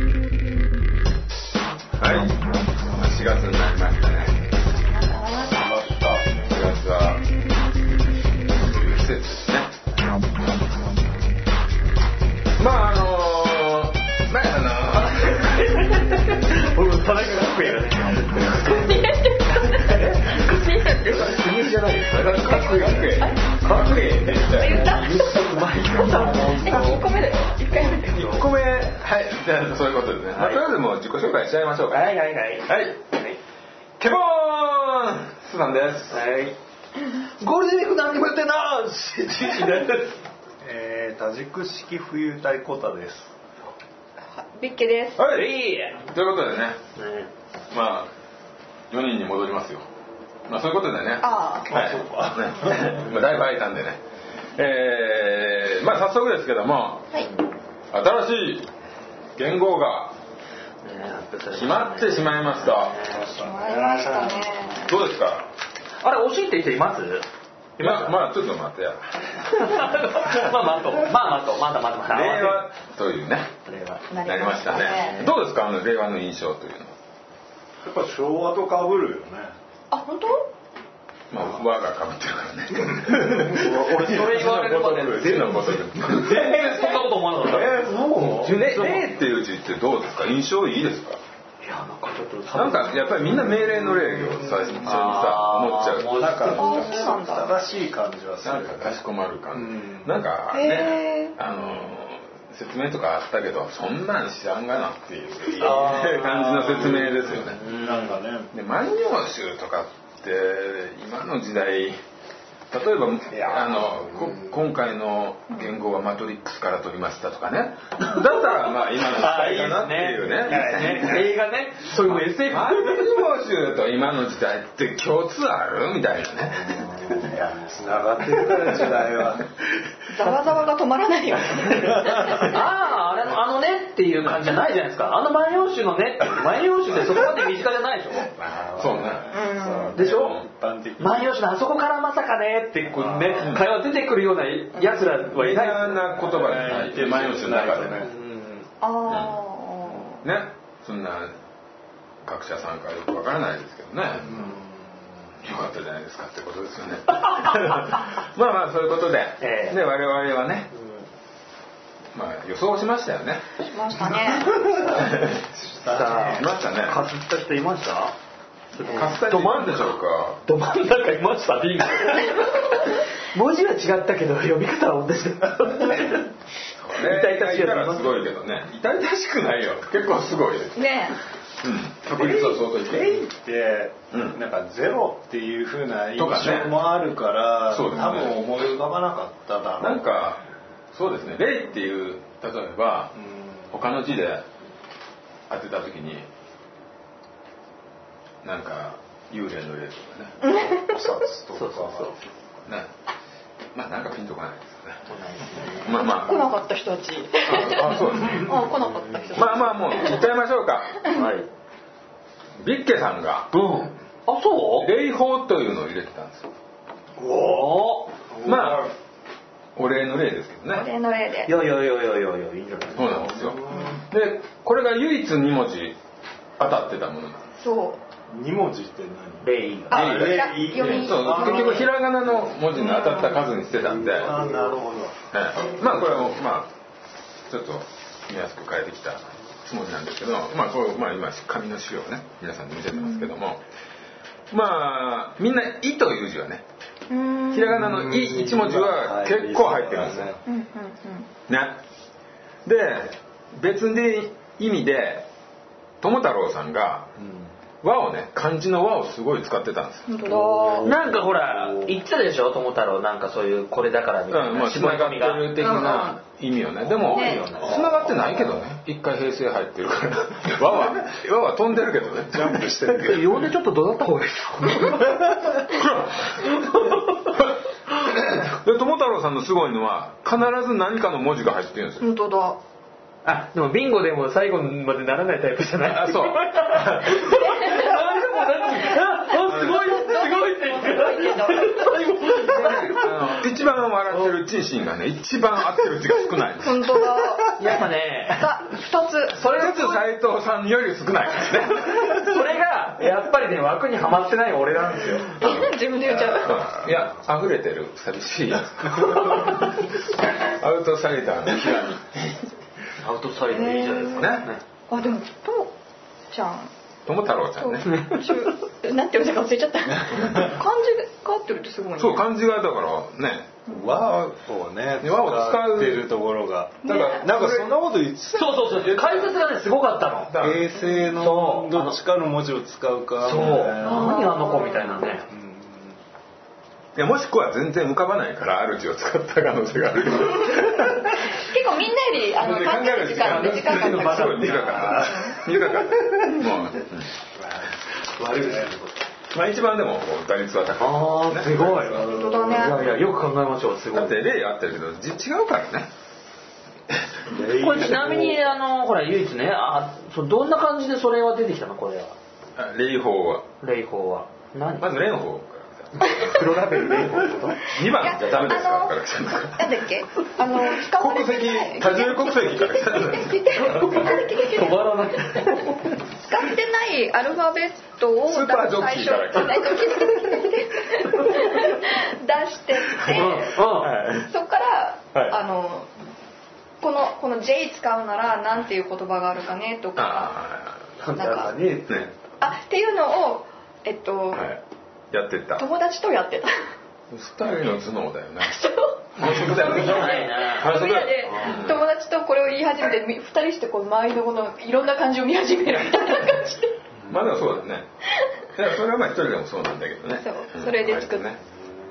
はい、4月になりましたね。4月は、こういう季節ですね。まあ、あのー、なんやろな。僕、田中学園や国じゃないです。田中学園。学園でしたよね。1個目、はい、じゃあそういうことですね。まあとりあえずもう自己紹介しちゃいましょうか。はいはいはい。はい。ケボーンスさんです。ゴールデンウィーク何にもや ってんなーしじいじです。えー、多軸式浮遊体コタです。ビッケです。はい。ということでね、まあ、4人に戻りますよ。まあ、そういうことでね。ああはい。 ねまあ、だいぶ空いたんでね。えー、まあ、早速ですけども、はい。新しい言語が決まってしまいました。決まりましたね。どうですかあれ、惜しいって人い ますまあ、まあ、ちょっと待ってや。まあまあと、まあまあと、まだまだまだ。令和というね、令和。なりましたね。どうですかあの、令和の印象というのは。やっぱ昭和と被るよね。あ、本当？まあ、輪がかぶってるからね。 俺、それ言われるまで全のボトル。全然そんなこと思わなかった。えー、そね、例っていう字ってどうですか印象いいですかいや、なんかちょっと、なんかやっぱりみんな命令の例を最初にさあー思っちゃうもうなんかあそうなんだ正しい感じはすなんる。かかしこまる感うじんなんかへねーあのー説明とかあったけどそんなん知らんがなっていうあー感じの説明ですよねなんかね。で万葉集とかって今の時代例えばいあやのこ今回の言語は「マトリックス」から取りましたとかねだったらまあ今の時あー代いいかなっていうねですね映画ね、そういう SF。万葉集と今の時代って共通あるみたいなねいや、繋がってるから時代 は。ざわざわが止まらないよね。ああ、あれの、あのねっていう感じじゃないじゃないですか。あの万葉集のねって、万葉集ってそこまで身近じゃないでしょ。そうねうん。でしょ一般的に。万葉集のあそこからまさかねって、こうね、会話出てくるような奴らはいいない。ろんな言葉が入って万葉集の中でねうんああ。ねそんな学者さんからよくわからないですけどねよかったじゃないですかってことですよね まあまあそういうことでええで我々はねまあ予想しましたよねしましたね。しましさたねあ、かすった人いましたカスタリーマンでしょうかど真ん中いました、ビンゴ。文字は違ったけど、呼び方は同じだ。痛々しいいやつたらすごいけどね痛々しくないよ結構すごいですねうん確率は相当低レイいって、うんなんかゼロっていう風な印とかね象もあるから、そうですね多分思い浮かばなかっただろう。なんかそうですね「霊」っていう例えばうん他の字で当てた時になんか幽霊の霊とかねお札とか。そうそうそうねまあなんかピンとこないですよねまあま来なかった人たち。ああそうですねうん、来なかった人たち。まあまあもう言っちゃいましょうかはい。ビッケさんがブン。あ、そ「う霊法」というのを入れてたんですよおーまあお礼の霊ですけどおね礼の礼で。いやいやいやいやいやいやいいんじゃないそうなんですよでこれが唯一2文字当たってたものなんですそう。二文字ってレイがあ、レイいや読み。そう結局ひらがなの文字に当たった数にしてたんで、何？あ、なるほど。はいまあこれもまあちょっと見やすく変えてきたつもりなんですけどまあこれまあ今紙の資料をね皆さんに見せてますけども、まあみんな「い」という字はねうーん。ひらがなの「い」一文字は結構入ってるんですよ。うんうんねで別に意味で友太郎さんが「和」をね漢字の「和」をすごい使ってたんですようん。本なんかほら言ってたでしょ友太郎なんかそういうこれだからみたいうん、まなあ、繋がってる的な意味よね。でも、ね繋がってないけどね。一回平成入ってるから。わわ、わわ飛んでるけどね。ジャンプしてるけ ど。呼んでちょっとどうだった方がいいで、友太郎さんのすごいのは、必ず何かの文字が入ってるんですよ。当だ。本当だ。あでもビンゴでも最後までならないタイプじゃないあそうあでも何ああすごいすごいって言って最後あの一番番笑ってるチンシンがね一番合ってる字が少ないんです本当だ。やっぱねさ、二つ。それ一つ斎藤さんより少ないですねそれがやっぱりね枠にはまってない俺なんですよ自分で言っちゃう。うんいや溢れてる寂しいアウトサイダーの極アウトサイドいいじゃないですみかねねあ、でも、ともちゃん。友太 郎ちゃんね中なんて読んだか忘れちゃった。漢字が合ってるってすごいね。そう漢字がだからね和をね和を使うってるところがだからなんかそんなこと言ってたそうそうそう解説がねすごかったのだから平成そのうどっちかの文字を使うかそう何あの子みたいなねいやもしくは全然浮かばないから主を使った可能性があ る結構みんなよりあの考える時間が短かったすごい短かった短かったもう、うん悪いねまあ一番でもこう打率は高いあーすごい当だねいやいやよく考えましょうすごいだって例あったけどじ違うからねこれちなみにあのほら唯一ねあそうどんな感じでそれは出てきたのこれはあ霊法は霊法は何まず蓮舫から黒ラベル霊法ってこと2番じゃダメですかいやあのら来たんだからなんだっけあの使われ国てない籍多重国籍から来たんだから止まら ない使ってないアルファベットをスーパージョッキーから来た最初出してってはい そこから、はいあのこのこの J 使うならなんていう言葉があるかねとかあなんかねあねあっていうのをえっと、はいやってった友達とやってた二人の頭脳だよね そう反則だよねうんないな反み則んだなで友達とこれを言い始めてみ二人してこう周りのこのいろんな漢字を見始めるみたいな感じでまあでもそうだねいやそれはまあ一人でもそうなんだけどねそううんそれで作っ割とね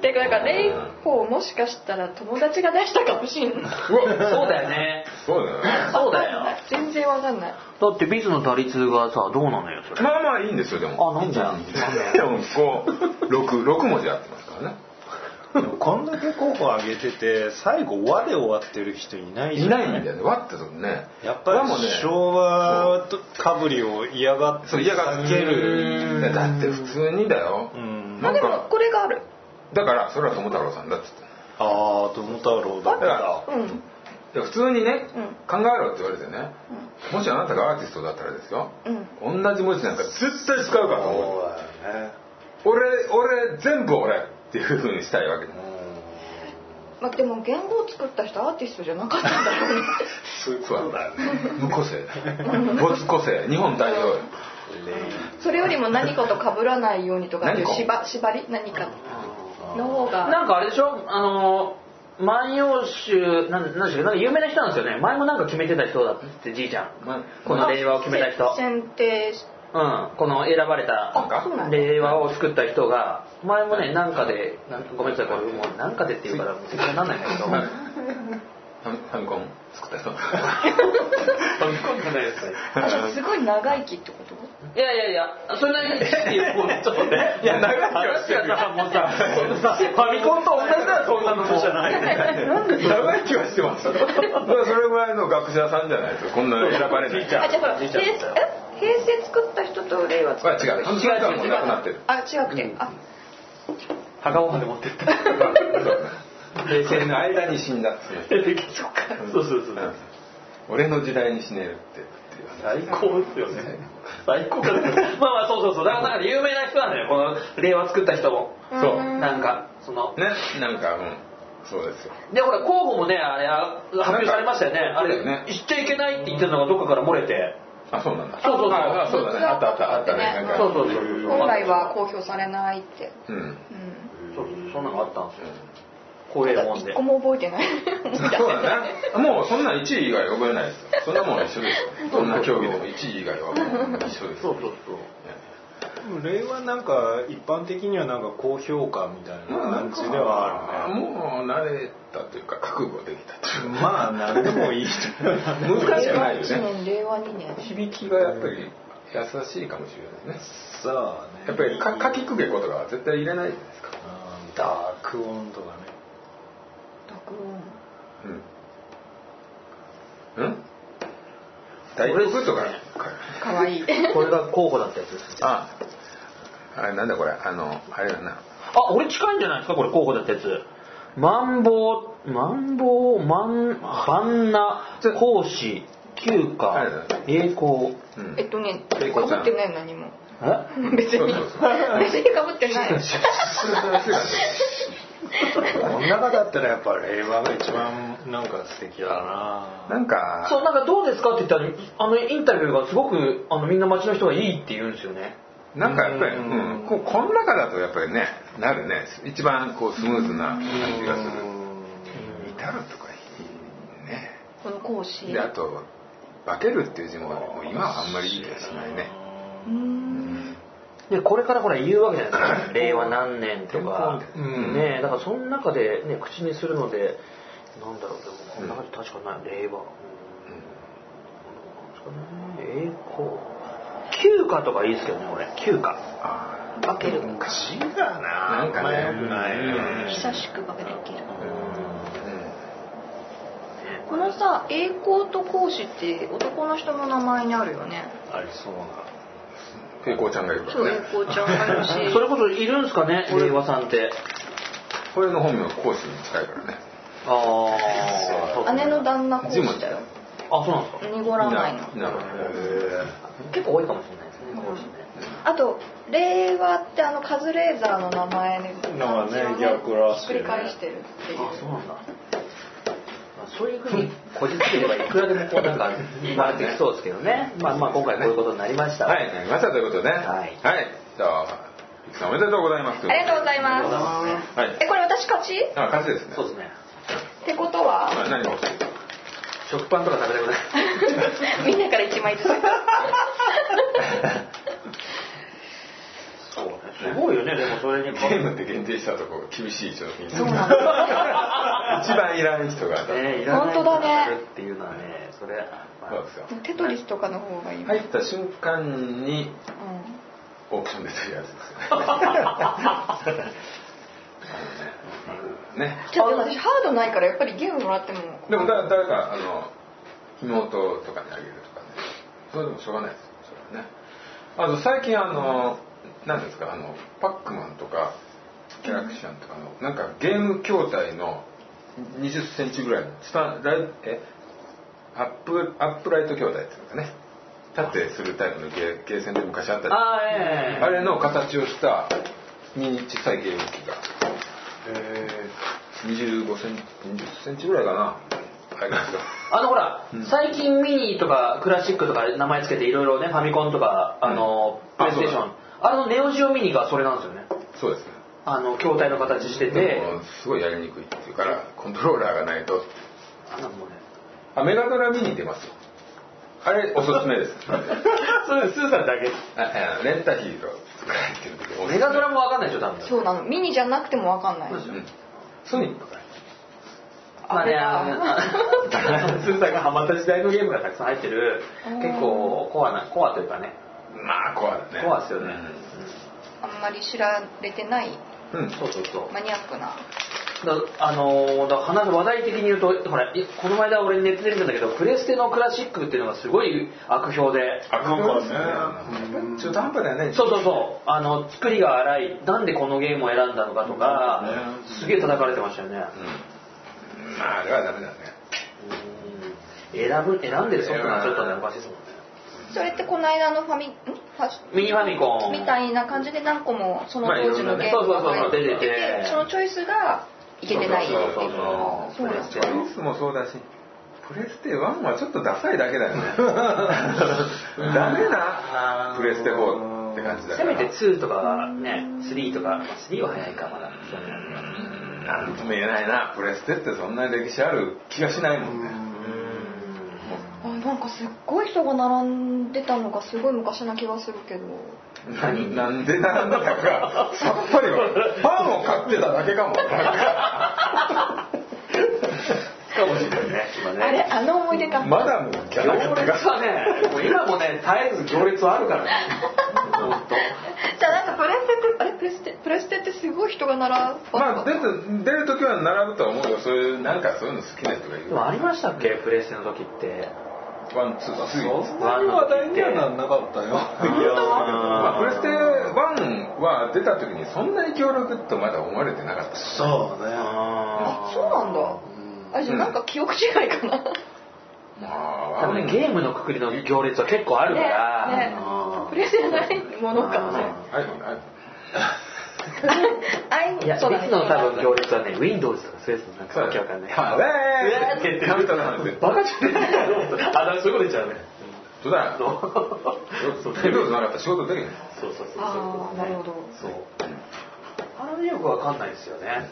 てかだからレイホーもしかしたら友達が出したかもしんないうわそうだよねそうだよねそうだよ全然わかんないだってビズの打率がさどうなのよそれまあまあいいんですよでもあなんだよでもこう六六文字あってますからねでもこんだけ候補上げてて最後和で終わってる人いないいじゃないんだよねわってとこねやっぱ和もねり昭和とかぶりを嫌がってそう嫌がっ避てけるるだって普通にだようんなあんでもかこれがあるだからそれは友太郎さんだっつってああ友太郎だっだかたうんうんら普通にねうん考えろって言われてねもしあなたがアーティストだったらですようん同じ文字なんか絶対使うからと思うそうだよね俺俺全部俺っていうふうにしたいわけだまあ、でも言語を作った人アーティストじゃなかったんだろうねそういうことだよね無個性没個性日本代表それよりも何かと被らないようにとかっていう何縛縛り何かの方がなんかあれでしょあのー万葉集なんなんでしたっけなんか有名な人なんですよね前もなんか決めてた人だってじいちゃんまこの令和を決めた人せ選定しうんこの選ばれあたそうなんだ令和を作った人が前もねなんかでなんごめんなさいこれもうなんかでっていうからもう説明になんないんだけどはいファミファミコン作った人あじゃあすごい長生きってこといやいやいやそれなりにっていうもうちょっとねいや長い気はして話るがさもうさそんなさファミコンと同じだよそんなのもう長い気はしてますだからそれぐらいの学者さんじゃないとこんな選ばれないあじゃあほら平成え平成作った人と令和作あ違うその人はもうなくなってるあ違くて、あ墓場まで持ってった平成の間に死んだっつうのそっかそうそうそううん俺の時代に死ねるってっていうね最高ですよね最高かまあまあそうそうそうだからなんか有名な人なんだよこの令和作った人もそうーんなんかそのねなんかうんそうですよでほら候補もねあれあ発表されましたよねあそうだよねれ言っちゃいけないって言ってたのがどっかから漏れてあそうなんだそうそうそうああそうだねあったあったあったねなんかそうそうそう本来は公表されないってうんうんそうそうそんなのがあったんですよこういうもんで一個も覚えてない思い出せそう ないだねもうそんなん1位以外は覚えないですよそんなもん一緒ですよそんな競技でも1位以外はもう一緒ですそうよそうそうでも令和なんか一般的にはなんか高評価みたいな感じではあるねもう慣れたというか覚悟できたというかまあ何でもいい人だね難しくないよね令和1年令和2年響きがやっぱり優しいかもしれないねさあねやっぱりかかきくげことかは絶対入れないじゃないですかうんダーク音とかね 濁音うんうん大福とかかわいいこれが候補だったやつですああれなんだこれあのあれだなあ俺近いんじゃないですかこれ候補だったやつマンボウ、マンボウ、マン、バンナ、講師、休は暇いはい、栄光。うんえっとね、えかぶってない何も。え別そうに。そうそう別にかぶってない。この中だったらやっぱ令和が一番なんか素敵だななんかそう、なんかどうですかって言ったら、あのインタビューがすごく、あのみんな街の人がいいって言うんですよね。なんかやっぱり、ううんん、こうこの中だとやっぱりねなるね一番こうスムーズな感じがする至るとかいいねこの講師。であと化けるっていう字ももう今はあんまりいい気がしないねうーん。で、これからほら言うわけじゃないですか。 令和何年とか。健康みたいなうんねだからその中でね、口にするので、なんだろう、でもこんな感じ確かない。令和。うん栄光。休暇とかいいですけどね、俺。休暇。あ化ける。昔だななんかねあんま良くないよね久しく化けていける。あこのさ、栄光と講師って男の人の名前にあるよね。ありそうな平行ちゃんがいるかそう、ら栄ね光ちゃんがいるし。それこそいるんですかね、令和さんって。これの本名講師に近いからねああ、そう姉の旦那講師だよ。あ、そうなんですか。濁らないの。なるほ結構多いかもしれないですね、講師ね。あと令和ってあのカズレーザーの名前ねなんかね逆らしひってくねり返してるっていうあ、そうなんだ。まあそういうふうにこじつけれ ばいくらでもこうなんか生まれてきそうですけどね。まあまあ今回こういうことになりました。どはいなりましたということでねはいはいじゃあゆきさんおめでとうございますありがとうございますはいえこれ私勝ちっあ感じですねそうですね。てことはあ何が欲しい食パンとか食べたくない。みんなから1枚ずつそうね。すごいよね。でもそれにゲームっねて限定したとこ厳しいちょっとみんなそうなんだ一番いらない人が当たるいらない本当だね食べるっていうのはね、それ。まそうあですよテトリスとかの方がいい、入った瞬間にうオークションでとりあえず ですよねあのねねん、ちょっと私ハードないからやっぱりゲームもらってもでもだ誰かあの妹とかにあげるとかねそれでもしょうがないですよそれはねあと最近あの何ですかあのパックマンとかギャラクシアンとかのなんかゲーム筐体の2 0ンチぐらいのスタンライえアップアップライト筐体っていうのかね立ってするタイプのゲーゲーセンで昔あったりあー、ええあれの形をしたミニ小さいゲーム機が25センチ20センチぐらいかなありますよあのほら、最近ミニとかクラシックとか名前つけていろいろねファミコンとかあの、うんプレイステーションあのネオジオミニがそれなんですよねそうですねあの筐体の形しててでもすごいやりにくいっていうからコントローラーがないとあなんかもうねあメガドラミニ出ますよあれおすすめです それスーさんだけああレンタヒーローとか入ってるけどメガドラもわかんないでしょ多分そうなのミニじゃなくても分かんないうんソニックかまあねああのスーさんがハマった時代のゲームがたくさん入ってる結構コアなコアというかねまあコアだねコアですよね、あんまり知られてないうん、うんうんそうそうそうマニアックなだあのーだ話話題的に言うとほらいこの間俺ネットで見たんだけどプレステのクラシックっていうのがすごい悪評であなんかねうん中途半端だよねそうそうそうあの作りが荒いなんでこのゲームを選んだのかとか、うんすげえ叩かれてましたよね、うんまああれはダメだね選ぶ選んでるソフトがちょっとねおかしいですもんねそれってこの間のファミんファミニファミコンみたいな感じで何個もその当時のゲーそうムそうがそう入出っててててそのチョイスがいけてないっていそううそうそうそうそうプなんレスですテプレスもそうだしプレステ1のはちょっとダサいだけだ よねダメなプレステ4って感じだせからめて2とかね3とか、まあ、3は早いかまだなんとも言えないなプレステってそんなに歴史ある気がしないもんねあなんかすっごい人が並んでたのがすごい昔な気がするけどななんで並んだのかさっぱりわパンを買ってただけかもかもしれないね今ねあれあの思い出かまだもうキャ行ラ列がはね、もう今もね、絶えず行列はあるからね。本当。じゃあなんかプレステってあれプレステプレステってすごい人が並ぶまあ出て出る時は並ぶとは思うよそういうなんかそういうの好きな人がいるでもありましたっけ、プレステの時って。ワンツーとスリーですそんなに話題にはなんなかったよまあ、プレステ1は出た時にそんなに強力とまだ思われてなかったしそうねあそうなんだあれじゃあなんか記憶違いかな、まあ多分ねゲームのくくりの行列は結構あるから、ねねプレスじゃないものかもねあ iPhone だ iPhone あいいや、いつそうだねの多分行列はね、Windows とかそういうやつのなんかわけわかんない。パーウェーイ神との話でバカじゃねえあ、だからそういうこと言っちゃうね。そうだよそうヘルなかったら仕事できないそうそうそうああなるほどそう。あれよくわかんないですよね。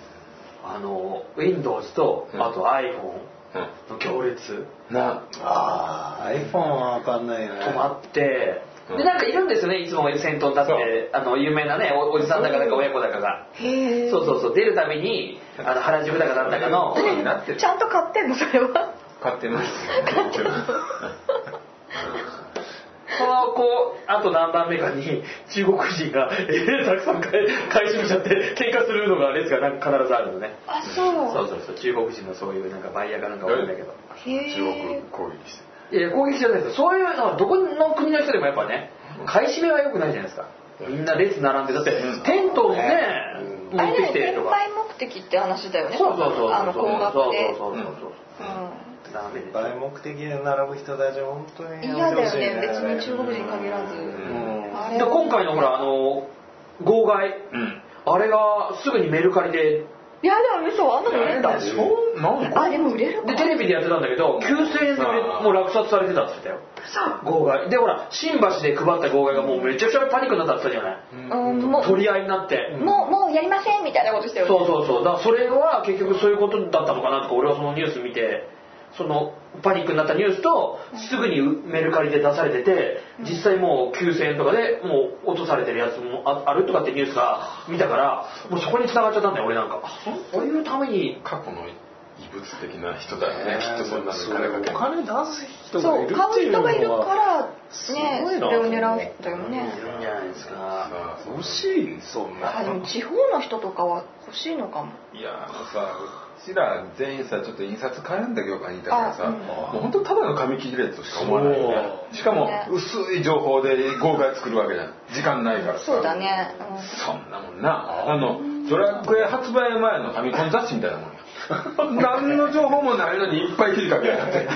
あの、Windows と、うんあと iPhone うんの行列、なああ iPhone は分かんないよね止まって、うんで、なんかいるんですよね、いつも先頭に立って、あの、有名なね、おおじさんだかなんか親子だかが。へえそうそうそう、出るたびに、あの、原宿だかなんだかの、になってるちゃんと買ってんのそれは買ってないそのこうあと何番目かに中国人が、えーたくさん買い買い占めちゃって喧嘩するのが列がなんか必ずあるのねあそそううそうそう中国人のそういうなんかバイヤーかなんかわかんないけどへえ攻撃していや攻撃じゃないですそういうのはどこの国の人でもやっぱね買い占めは良くないじゃないですかみんな列並んでだってテントをねうん持あっれだよてきてね転とか売目的って話だよねそうそうそうあの高額でそうそうそうそううダメです売目的で並ぶ人たち本当にんや嫌めだてほしいよね別に中国人限らずうんあで今回のほらあの号外うんあれがすぐにメルカリでいやでも嘘あんなの売れたそうなんかあでも売れるかでテレビでやってたんだけど9000円でもう落札されてたって言ってたよ号外でほら新橋で配った号外がもうめちゃくちゃパニックになったって言ってたうじんもゃないう取り合いになって、もうもうやりませんみたいなことしてるそうそうそうだからそれは結局そういうことだったのかなとか俺はそのニュース見てそのパニックになったニュースとすぐにメルカリで出されてて実際もう9000円とかでもう落とされてるやつもああるとかってニュースが見たからもうそこに繋がっちゃったんだよ俺なんかあそそういうために過去の異物的な人だよね、きっとそんなのそに金かけうお金出す人がそいうるって買いううの人がいるはからねすごいなそれを狙う人だよねいるんじゃないですかさ欲しいそんあでなも地方の人とかは欲しいのかもいやあのさうちら全員さちょっと印刷変えるんだ業界にいたからさ、あうんもう本当ただの紙切れとしか思わないよねしかもね薄い情報で豪快作るわけじゃん時間ないからさそうだねそんなもんなあのドラクエ発売前のファミコン雑誌みたいなもんよ 何の情報もないのにいっぱい切りかけやが って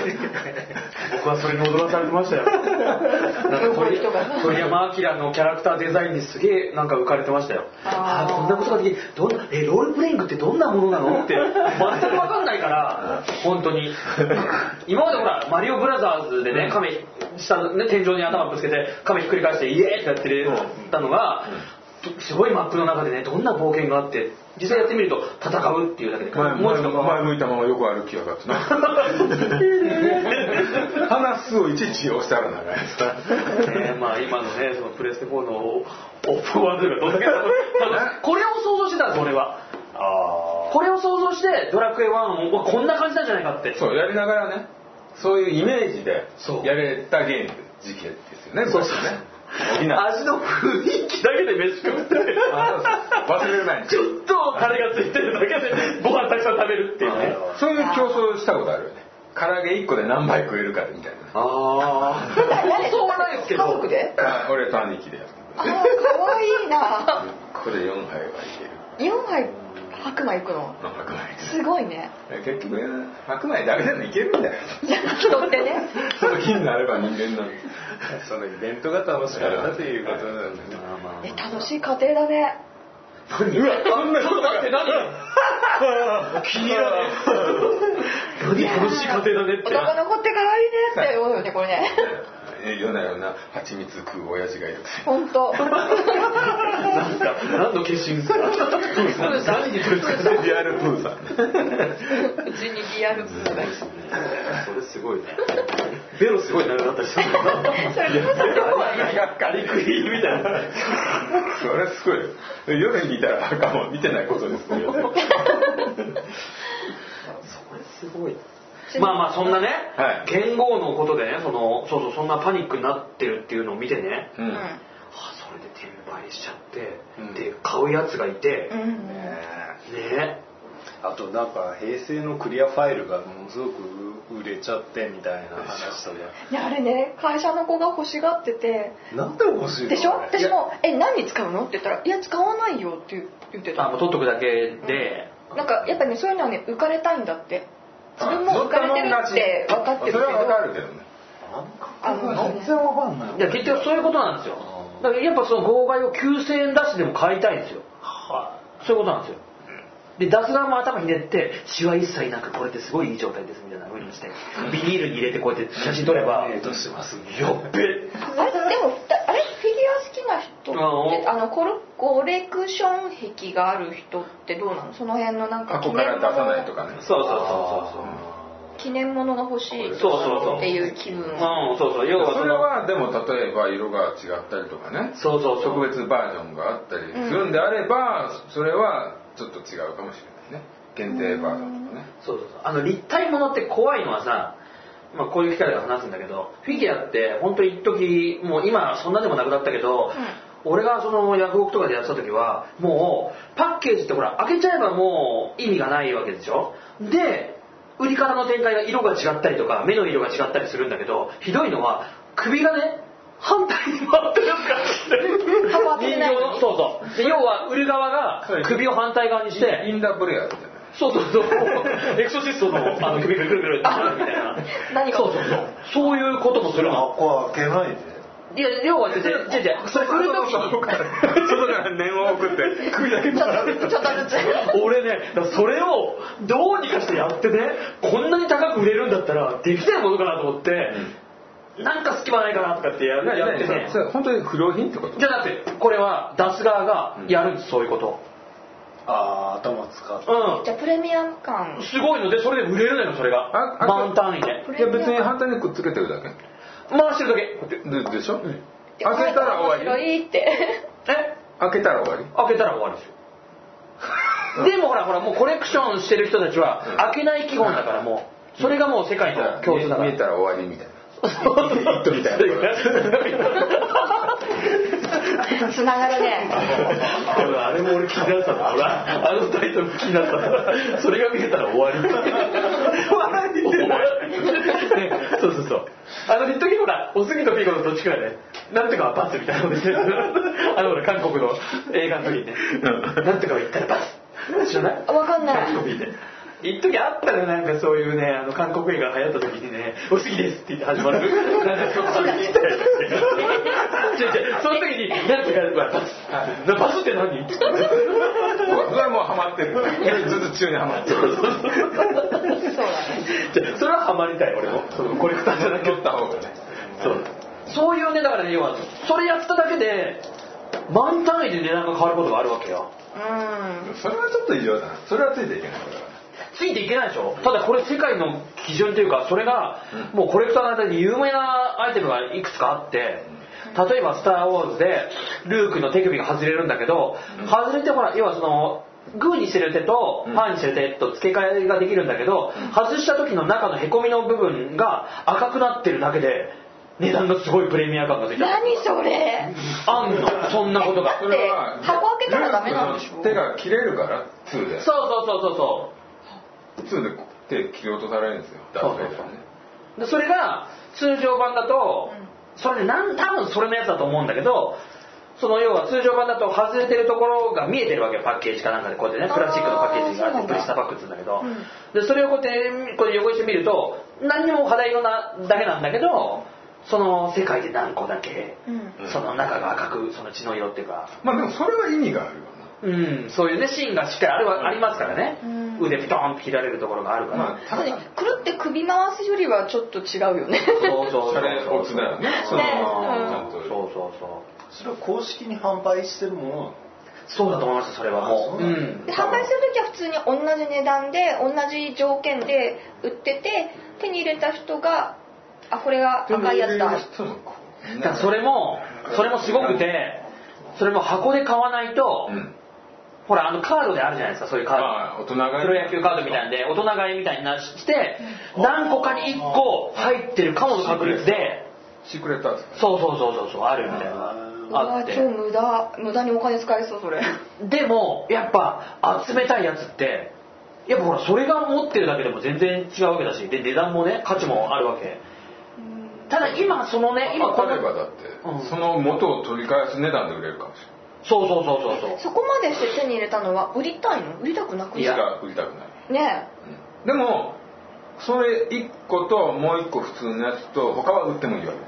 僕はそれに驚かされてま したよなんか鳥鳥山明のキャラクターデザインにすげえなんか浮かれてましたよああーあこんなことができるどんなえロールプレイングってどんなものなのって全く分かんないから本当に今までほら「マリオブラザーズ」でね亀下の、ね、天井に頭ぶつけて亀ひっくり返してイエーイってやってるたのが、すごいマップの中でねどんな冒険があって実際やってみると戦うっていうだけで前文字前の前向いたままよく歩きやがってな 話すをいちいち押してあるんだね ねまあ今のねそのプレステ4のオープンワールドがどんだけ楽しい これを想像してたんです俺はあこれを想像してドラクエ1はこんな感じなんじゃないかってそうやりながらねそういうイメージでそうやれたゲーム時期ですよねそうですねみんな味の雰囲気だけで飯食って 忘れる前にちょっとタレがついてるだけでご飯たくさん食べるっていうねそういう競争したことあるよね唐揚げ1個で何杯食えるかみたいなああ誰そうはないですけど家族で あ俺と兄貴でやったああ可愛いなこれで4杯はいける4杯白米いくのまあ白米すごいね結局ね白米だけでもいけるんだよじゃあ人ってねその気になれば人間なんであそのイベントが楽しかったということなんだねまあまえ楽しい家庭だねうわそんなあちょっと待って何気になる何楽しい家庭だねって男の子って可愛いねって思うよねこれねえ夜な夜な蜂蜜食う親父がいる本当。なんか何の決心ですか何に取りつかれてるリアルプーさんうちにリアルブーがいるそれすごいね。ベロすごい長かったりしたんだそれブーさんどこはねガリクイみたいな。それすごい夜にいたら赤も見てないことですねこれすごい。 まあまあそんなね、はい元号のことでね、そのそうそうそんなパニックになってるっていうのを見てね、ううんんあそれで転売しちゃって、うんで買うやつがいて、うんねあとなんか平成のクリアファイルがものすごく売れちゃってみたいな話とかいやあれね会社の子が欲しがっててなんで欲しいのでしょあれ私も「え何に使うの?」って言ったら「いや使わないよ」って言ってあたもう取っとくだけで、なんかやっぱねそういうのはね浮かれたいんだって自分も乗浮っかたれもてんる勝っちて分かってるそけれどは分かるけどねあのね全然わかんないいや結局そういうことなんですよだからやっぱその号外を9000円出してでも買いたいんですよそういうことなんですよで出す側も頭ひねってシワ一切なくこれってすごいいい状態ですみたいなふうにしてビニールに入れてこうやって写真撮れ ばええとしてますやっあれべえでもふたあれフィギュア好きな人ってあのコルコレクション癖がある人ってどうなのその辺のなんか記箱から念出さない物とかねそうそうそうそうそう記念物が欲しいそうそうそうっていう気分うんそうそう要はそそれのはでも例えば色が違ったりとかねそうそうそう特別バージョンがあったりするんであればそれはちょっと違うかもしれないね限定バージョンとかねそうそうそうあの立体ものって怖いのはさ、まあ、こういう機会で話すんだけどフィギュアって本当に一時もう今そんなでもなくなったけど、俺がそのヤフオクとかでやってた時はもうパッケージってほら開けちゃえばもう意味がないわけでしょで売り方の展開が色が違ったりとか目の色が違ったりするんだけどひどいのは首がね反対に回ってるや つ幅ががあっ足てり人な形いのそうそうで要は売る側が首を反対側にしてインダープレイヤーってねそうそう そう。エクソシストのあの首がぐるぐるってなるみたいな。何がそうそうそう。そういうこともするの。箱開けないでいや、要は、違う違う違う、それ振るとき外に。から念を送って首だけちょっとちょっとずつ俺ね、だからそれをどうにかしてやってね、こんなに高く売れるんだったら、できないものかなと思って、なんか隙間ないかなとかってややってね。それ本当に不良品ってことじゃなくて、これは出す側がやるんです、そういうこと。ああ頭使ってうじゃあプレミアム感ん。すごいので、それで売れるのよ、それがあ。あ満単位で。いや別に反対にくっつけてるだけ回してるだけ。ででしょ、で開けたら終わ面白りいってえ開けたら終わり開けたら終わりですよでもほらほらもうコレクションしてる人たちはうん開けない基本だからもうそれがもう世界の共通だか見らえたら終わりみたいなそう糸みたいなつながるねあれも俺気になったな俺あのタイトル気になったなそれが見えたら終わり終わりねそうそうそうあの一時ほらおすぎとピーコのどっちかがねなんとかはバスみたいなことしてるあのほら韓国の映画の時にねなんとかは言ったらバス知らないわかんな韓い国で 一時あったねなんかそういうねあの韓国映画が流行った時にね「おすぎです」って言って始まるなんかそういうみたいな違う違うその時に「なんとかはバス」な「バスって何?」ってそれはもうハマってるずっと中にハマってる そうだねじゃあそれはハマりたい俺もそのコレクターじゃなくて取った方がねそうそういうねだからね要はそれやっただけで満単位で値段が変わることがあるわけようんそれはちょっと異常だなそれはついていけないからついていけないでしょただこれ世界の基準というかそれがもうコレクターの間に有名なアイテムがいくつかあって例えば「スター・ウォーズ」でルークの手首が外れるんだけど外れてほら要はそのグーにしてる手とパーにしてる手と付け替えができるんだけど外した時の中のへこみの部分が赤くなってるだけで値段がすごいプレミア感がついた何それあんのそんなことが えそれはで箱開けたらダメなんでしルーょプの手が切れるから2でそうそうそうそうそう2で手切り落とされるんですよダースベイダーねでそれが通常版だと、うんそれでなん多分それのやつだと思うんだけどその要は通常版だと外れてるところが見えてるわけよパッケージかなんかでこうやってねあープラスチックのパッケージがあっそうなんてだプリスタパックって言うんだけど、うでそれをこうやってこれ汚してみると何にも肌色なだけなんだけどその世界で何個だけ、うんその中が赤くその血の色っていうかまあでもそれは意味があるよなうんそういうねシーンがしっかりあれはありますからね、うん腕ピトンって切られるところがあるから、まあただねくるって首回すよりはちょっと違うよねそうそうそうそれオツだよねそうねそううんそうそうそうそれは公式に販売してるものなのそうだと思いますそれはもう。あそうなんだんで 販売する時は普通に同じ値段で同じ条件で売ってて手に入れた人があこれが赤いやつだ人のこうみんだかならそれもそれもすごくて、それも箱で買わないと、うんほらあのカードであるじゃないですかそういうカード。まあ大人がプロ野球カードみたいなんで大人買いみたいになして何個かに1個入ってるかもの確率でシークレットアーツそうそうそうそうそうあるみたいなのうがあわ超って無駄無駄にお金使えそうそれでもやっぱ集めたいやつってやっぱほらそれが持ってるだけでも全然違うわけだしで値段もね価値もあるわけただ今そのね今今この例えばだって、うんその元を取り返す値段で売れるかもしれないそうそうそうそうそうそこまでして手に入れたのは売りたいの売りたくなくないいいやつか売りたくない、ねうんでもそれ1個ともう1個普通のやつと他は売ってもいいわけだ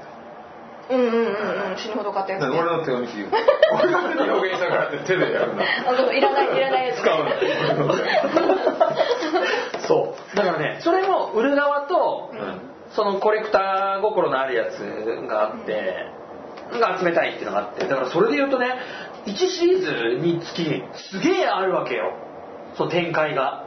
えうんうんうんうん死ぬほど買ったやつだからね俺の手を見て言う 俺が手で表現したからって手でやるなあでもいらないいらないやつ使うなそうだからねそれも売る側と、そのコレクター心のあるやつがあって、が集めたいっていうのがあってだからそれで言うとね1シリーズにつきすげえあるわけよその展開が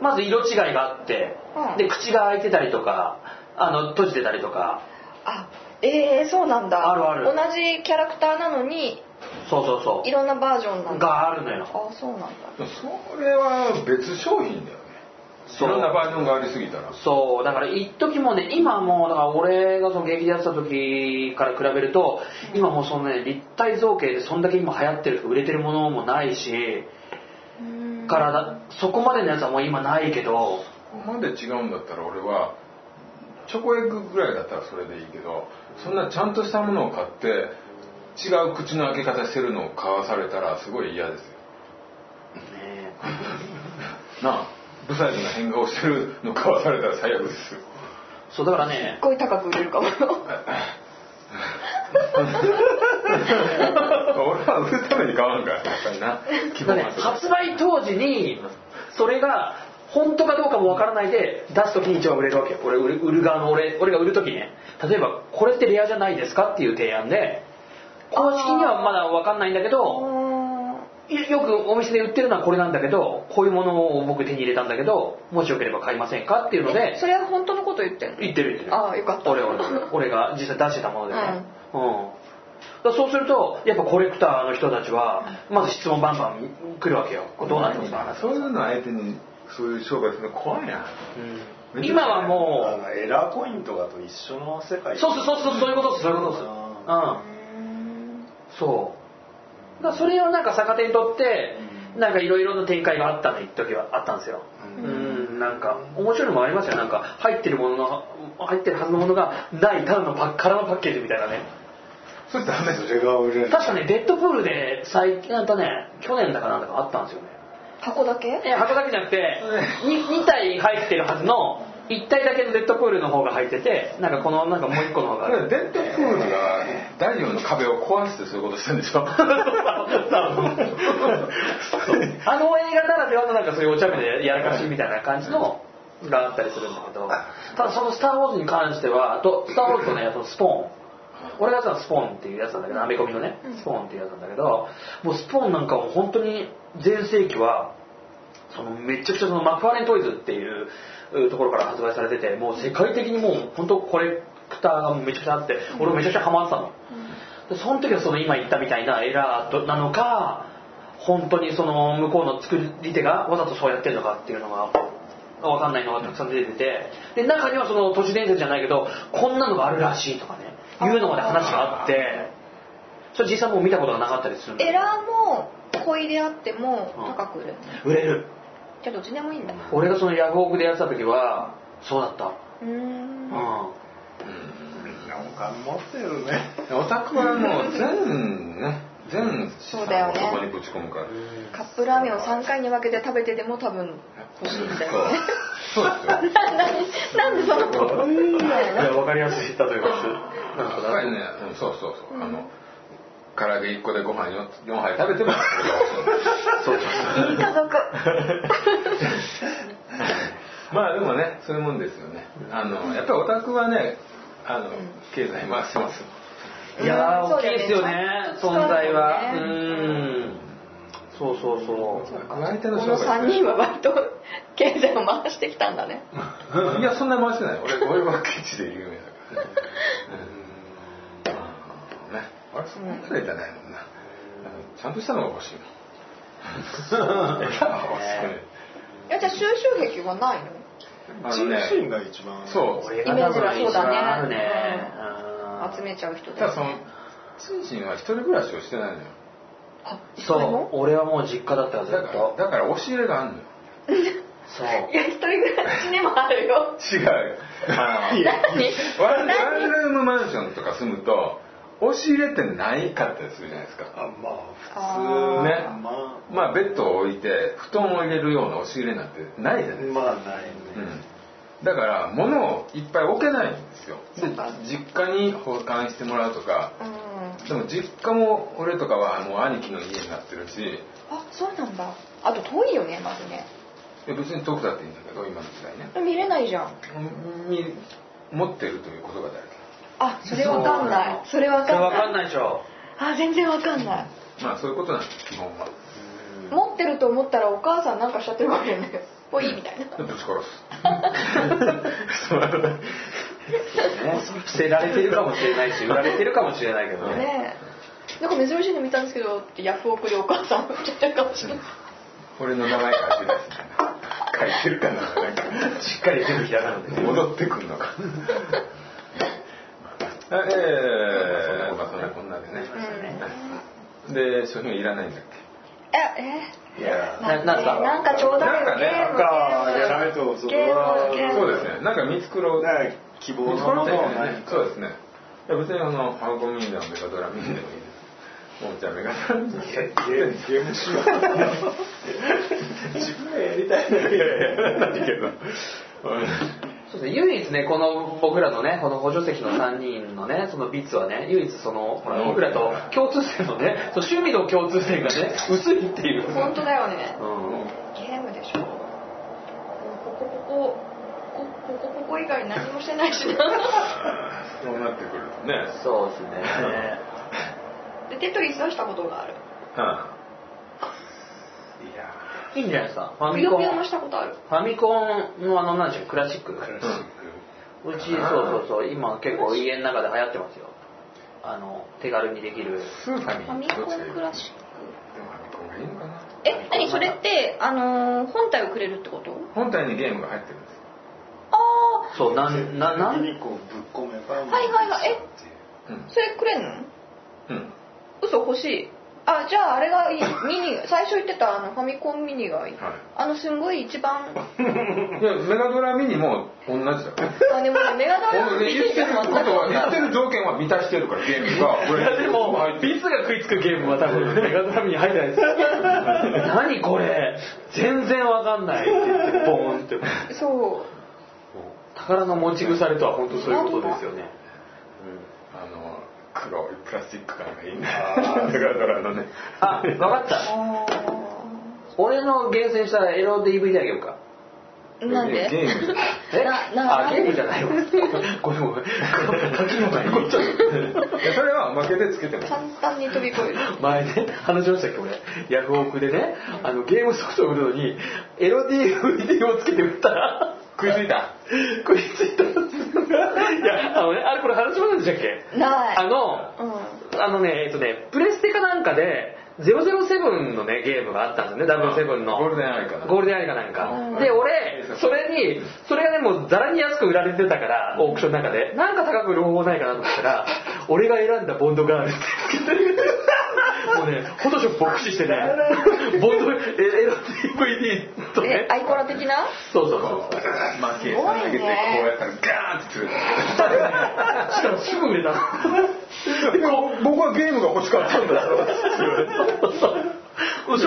まず色違いがあって、うんで口が開いてたりとかあの閉じてたりとかあえー、そうなんだあるある同じキャラクターなのにそうそうそいろんなバージョンなんうだがあるのよあそうなんだそれは別商品だよねいそうろんなバージョンがありすぎたらそうだから一時もね今もうだから俺がその劇でやってた時から比べると今もうそのね立体造形でそんだけ今流行ってる売れてるものもないしうーんからだそこまでのやつはもう今ないけどここまで違うんだったら俺はチョコエッグぐらいだったらそれでいいけどそんなちゃんとしたものを買って違う口の開け方してるのを買わされたらすごい嫌ですよねなあ不細工な変顔してるの買わされたら最悪です よそうだからねすっごい高く売れるかも 俺は売るために買わんからやっぱりな希望だからね発売当時にそれが本当かどうかもわからないで出す時に一番売れるわけよ俺売る売る側の俺俺が売る時ね例えばこれってレアじゃないですかっていう提案で公式にはまだわかんないんだけどよよくお店で売ってるのはこれなんだけどこういうものを僕手に入れたんだけどもしよければ買いませんかっていうのでそれは本当のこと言ってんの言ってる言ってるああよかった俺俺俺が実際出してたものでね、うんだからそうするとやっぱコレクターの人たちはまず質問バンバン来るわけよこれどうなってますか、そういうの相手にそういう商売するの怖いなうん今はあものエラーコインとかと一緒の世う界そうそうそうそうそういうことですそういうことですうんうーんそうだからそれをなんか逆手にとってうんなんかいろいろな展開があったの一時はあったんですよううんんなんか面白いのもありますよなんか入ってるものの入ってるはずのものがない単のパッ空のパッケージみたいなねそれダメそれが売れる確かねデッドプールで最近あんたね去年だかなんだかあったんですよね箱だけえ箱だけじゃなくて 2, 体入ってるはずの1体だけのデッドプールの方が入っててなんかこのなんかもう1個の方がこれデッドプールが第4の壁を壊してそういうことしてるんでしょあの映画ならではのなんかそういうお茶目でやらかしみたいな感じのがあったりするんだけどただその「スター・ウォーズ」に関してはあと「スター・ウォーズ」とねそのスポーン俺がやってたのスポーンっていうやつなんだけどアメコミのねうんスポーンっていうやつなんだけどもうスポーンなんかもう本当に全盛期はそのめちゃくちゃそのマクファーレントイズっていううところから発売されててもう世界的にもう本当コレクターがめちゃくちゃあって俺もめちゃくちゃハマってたの。でその時はその今言ったみたいなエラーなのか本当にその向こうの作り手がわざとそうやってるのかっていうのが分かんないのがたくさん出ててで中にはその都市伝説じゃないけどこんなのがあるらしいとかねいうのまで話があってそれ実際もう見たことがなかったりするんだエけどラーも恋であっても高く売れる売れるじゃあどっちでもいいんだ俺がそのヤフオクでやってた時はそうだったうーんうんみんなお金持ってるねオタクはもう全ね全資そうだよ産をねそこにぶち込むからカップラーメンを3回に分けて食べてでも多分欲しいみたい なそうそうですよなんでそのいや分かりやすい例えばなんかやっぱりね、うんそうそうそう、あの唐揚げ1個でご飯 4, 4杯食べてもそうそういい家族まあでもねそういうもんですよねあのやっぱりオタクはねあの経済回してますよいやーうん大きいですよねそうだよね存在はうそうだよねんそうそうそう割手このの商3売人は割と経済を回してきたんだねいやそんな回してない俺 俺はケチで有名だからねうんねあれそんなことじゃないもんなあのちゃんとしたのが欲しいもん欲しくないいやじゃあ収集癖はないのあ自のね身が一番そう俺が多分一番あるねうん集めちゃう人でただそのチンチンは一人暮らしをしてないのよあそう俺はもう実家だったからだずっからとだから押し入れがあんのよそういや一人暮らしにもあるよ 違うよあの何ワンワンルームマンションとか住むと押し入れってないかったりするじゃないですかあまああ普通ーねままあベッドを置いて布団を入れるような押し入れなんてないじゃないあですか、まあないね、うん、だから物をいっぱい置けないんですよでそうか実家に保管してもらうとかうんあでも実家も俺とかはもう兄貴の家になってるしそうなんだあと遠いよねまずねで別に遠くだっていいんだけど今の時代ね見れないじゃんに持ってるということが大事あそれわかんないそれわそれかんな分いかんないでしょあ全然わかんないまあそういうことなんです基本 は持ってると思ったらお母さんなんかしちゃってるわけよねぽいみたいなぶち殺 すそうね捨てられてるかもしれ ないし売られてるかもしれないけどねねえなんか珍しいの見たんですけどってヤフオクでお母さん売っちゃってるかもしれない俺の名前書いてない書いてるかななんかしっかり全部ひらがなで戻ってくんのかええまあそんなこんなでね、で商品いらないんだっけええいやななんすかなんかちょうだいよなんかねゲームなんかゲームやらないとそこゲームはゲームそうですねなんか見繕うだから希望見の繕もっのてをいいね何かそうですねいや別にあのハーコミンでもメガドラミンでもいいですもうじゃあメガドラミンいやゲームゲームしよう自分がやりたいだけいやいやない けどそうですね唯一ねこの僕らのねこの補助席の3人のねそのビッツはね唯一そのほら僕らと共通点のねそう趣味の共通点がね 薄いっていう、本当だよねうん、ゲームでしょこここここここここ以外何もしてないし なそうなってくるとねそうですねでテトリスはしたことがあるはいやいいんじゃないですかファぷミコよンぷよもフしたことあるァミコンのあの何でしょうクラシッククラシうッちそうそうそう今結構家の中で流行ってますよあの手軽にできるスーファミファミコどっちがいいンクラシッでもファミコンがいいのかなクえ何それってあのー本体をくれるってこと本体にゲームが入ってるんですよあそうなクんななん何こうぶっ込めばはいはいはいえあそれくれんのうん、嘘欲しいあじゃああれがいいミニ最初言ってたあのファミコンミニがいい、はいあのすんごい一番うん、いやメガドラミニも同じだ よあでも ねメガドラ俺ね言ってることは言ってる条件は満たしてるからゲーム がいやでもビーツが食いつくゲームは多分メガドラムに入ってないです 何これ全然わかんないって言ってボーンって そう宝の持ち腐れとは本当そういうことですよね、あの黒いプラスチック感がいいなメガドラのねあ分かったあ俺の厳選したエロ DVD あげようかーなんでゲーム えななあゲームじゃないわごめんご めん柿の前にちょいやそれはおまけでつけてもいい簡単に飛び越える前ね話しましたっけ俺ヤフオクでねあのゲームソフトを売るのにエロ DVD をつけて売ったら食いついた食いついたいやあのねあれこれ話しませんでしたっけないあのうあのねえっとねプレステかなんかで007のねゲームがあったんですよね007のゴールデンアイかなゴールデンアイかなんか、うんで俺それにそれがねもうざらに安く売られてたからオークションの中でなんか高く売る方法ないかなと思ったら俺が選んだボンドガールって もうねフォトショップを駆使してねボンドえエロ DVD とんえねアイコラ的なそうそうそうこ うまあケース投げてこうやったらガーンってつるしたらすぐ売れた でも僕はゲームが欲しかったんだしょ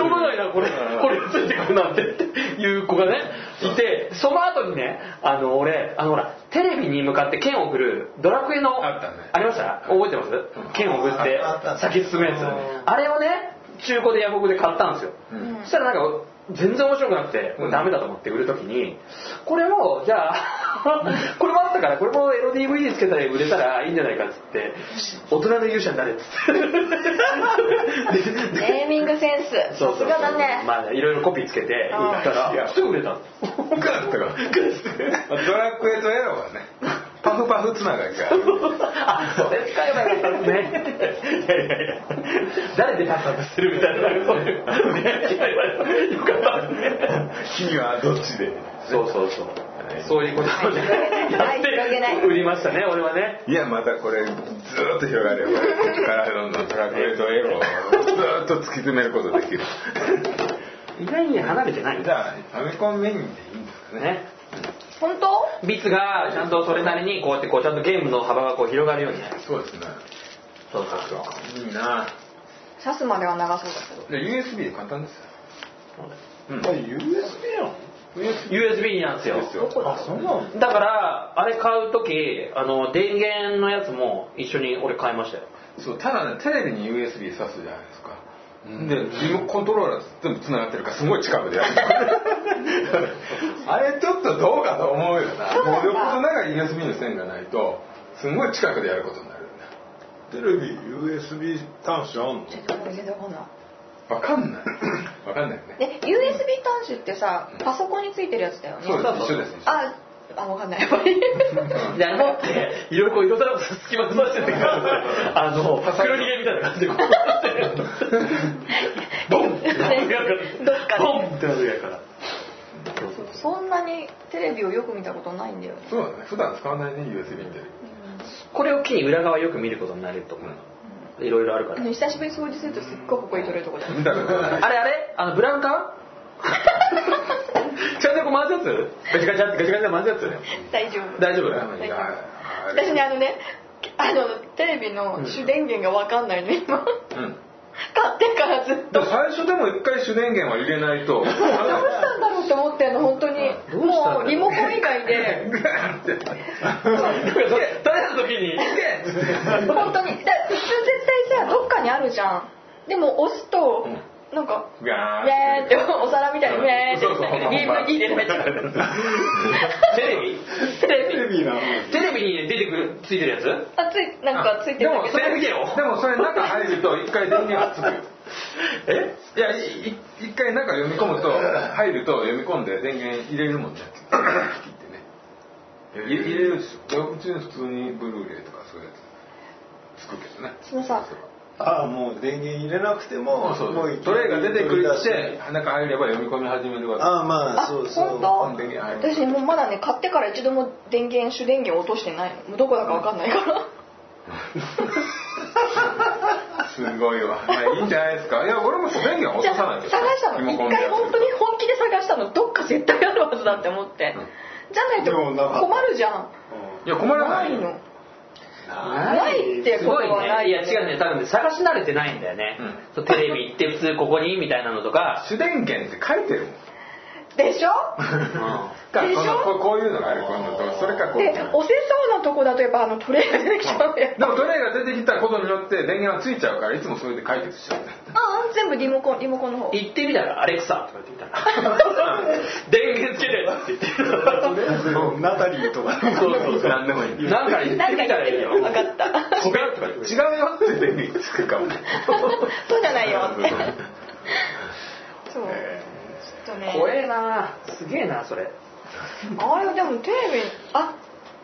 うがないなこれこれついてくるなんてっていう子がねいてその後にねあの俺あのほらテレビに向かって剣を振るドラクエのあったねりました覚えてます剣を振ってあったあった先進むやつあれをね中古でヤフオクで買ったんですようんそしたらなんか全然面白くなくてこれダメだと思って売る時にこれもじゃあ これもあったからこれもエロ DVD つけたら売れたらいいんじゃないかっつって大 人の勇者になれっつってでネーミングセンスそうさすそうそうがだねまあいろいろコピーつけて売ったうんいやらすぐ売 れたんですガーンとかドラクエとエロ はねパフパフつながりがあるあそれ使えばよかったですねいやいやいや誰でパスパスするみたいなそういうねよかったですね君はどっちでそうそうそういそう いうことをねやはい広げないって売りましたね俺はねいやまたこれずーっと広がるよこれここからどんどんドラクエとエロをずーっ と突き詰めることできる意外に離れてないじゃあファミコンメインでいいんでですねね本当ビッツがちゃんとそれなりにこうやってこうちゃんとゲームの幅がこう広がるようにそうですねそうそうそういいな刺すまでは長そうだけどで USB で簡単ですうんあ USB なの USB なんですよですよあそうなのだからあれ買う時あの電源のやつも一緒に俺買いましたよそうただねテレビに USB 挿すじゃないですか、でリモコントローラー全部つながってるからすごい近くで やるあれちょっとどうかと思うよなもうよっぽど長い USB の線がないとすごい近くでやることになるよねテレビ USB 端子あんのちょっとこれ全然わかんないわかんない わかんないよねえ USB 端子ってさパソコンについてるやつだよねそうです一緒です一緒ああわかんないパじゃなくていろいろこういろんなこと隙間飛ばしててあの黒逃げみたいな感じでこうやってボンってどっかでボンってなるやからそんなにテレビをよく見たことないんだよねそうだね普段使わないね USB に出るこれを機に裏側よく見ることになれると思ういろいろあるからでも久しぶりに掃除するとすっごくここに取れるとこだよ見たことないあれあれあのブラウン管ちゃんとこう回すやつガチャガチャってガチャガチャって回すや大丈夫つ大丈夫いや あれ私ねあのねあのテレビの主電源がわかんないの今うん買ってからずっでとも最初でも一回主電源は入れない とどうしたんだろうと思ってんの本当にどうしたんだろもううリモコン以外でグーンって誰だの時に 本当にだ普通絶対さどっかにあるじゃんでも押すとなんかガーンねーってお皿みたいにねーってそうそうほんまギほんまーギーでめっちゃテレビテレテビレビなのテレビに出てくるついてるやつあついなんかついてるんだけそどれ見てよでもそれ中入ると一回電源がつくよえいやいい一回中読み込むと入ると読み込んで電源入れるもんねってね入入れるでしょうちの普通にブルーレイとかそういうやつつくけどねそのさあもう電源入れなくてもそうもそうういきトなレりイが出てくるっ取り出て中入れば読み込み始めるわけあまああそうそう本当電源入る私もうまだね買ってから一度も電源主電源落としてないのもうどこだかわかんないからすごいわ、まあ、いいんじゃないですかいや俺も電源は落じゃとさないあけど探したのリ一モコンでや回ってる本当に本気で探したのどっか絶対あるはずだって思って、じゃないとでもなかった困るじゃんいや困らなないいよのないってすことごいはなねいいや違うね多分ね探し慣れてないんだよねうんそうテレビ行って普通ここにみたいなのと か主電源って書いてるもんでしょかでしょこのこうこういうのがあるこういうのとそれかこうで押せそうなとこだとやっぱあのトレーが出てきちゃうやんでもトレイが出てきたことによって電源はついちゃうからいつもそれで解決しちゃうんだよああ全部リモコンリモコンの方行ってみたら「アレクサ」とか言ってみたら「 電源つけて」って言ってとりあえずナタリーとかそうそうそう何でもいい違うよなんか行って何かみ言たっらていいるよ分かったって電源つくかもそうじゃないよってそうちょっとね怖えなすげえなそれあれでもテレビあ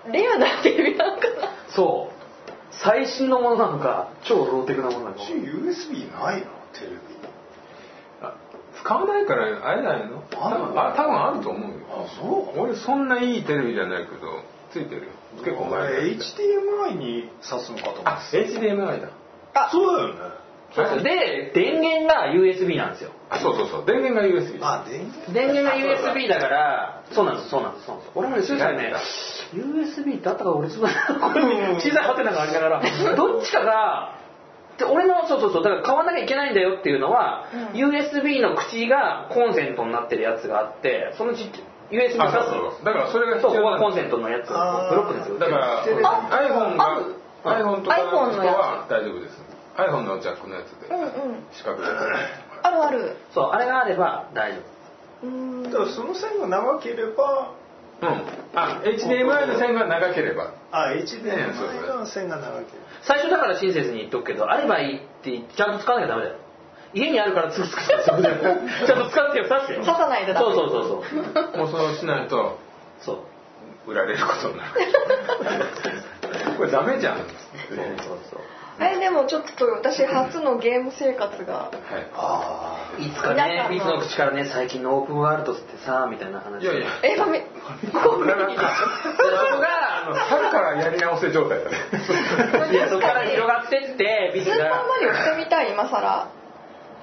レアなテレビなんかなそう最新のものなのか超ローテクなものなのかうち USB ないのテレビ使わないから会えないのあるのあ多分あると思うよあそう俺そんないいテレビじゃないけどついてるよ結構前俺 HDMI に挿すのかと思ってあ HDMI だたそうだよねそうで電源が USB なんですよあそうそうそう電源が USB あ電源電源が USB だからそうなんですそうなんですそうなんです俺もね正直ね USB だったから俺ちょっとここに小さいハテナがありながらどっちかがで俺のそうそうそうだから買わなきゃいけないんだよっていうのは、うん USB の口がコンセントになってるやつがあってそのうち USB あ挿そうすそうそうだからそれがそ必うここ要がコなんンセントのやつブあーロックですよだからあ iPhone あるが iPhone とかの iPhone 人のやつは大丈夫です iPhone のジャックのやつでうんうん四角いやあるあるそうあれがあれば大丈夫うーんだからその線が長ければつうんあ HDMI の線が長ければあうんそうそう HDMI の線が長けれ最初だから親切に言っとくけどあればいいってちゃんと使わなきゃダメだよ家にあるからすぐ使ってよちゃんと使ってよ刺してよ刺さないとダメそうそうそうそうもうそうしないとそう売られることにな るこれダメじゃんそうそうえでもちょっと私初のゲーム生活がはあいつか皆ねさんのいつの口からね最近のオープンワールドってさみたいな話いいやいやえファミコンビなかなかそこあのが春からやり直せ状態だねいやそこから広がってってビニズスーパーがマリオしてみたい今更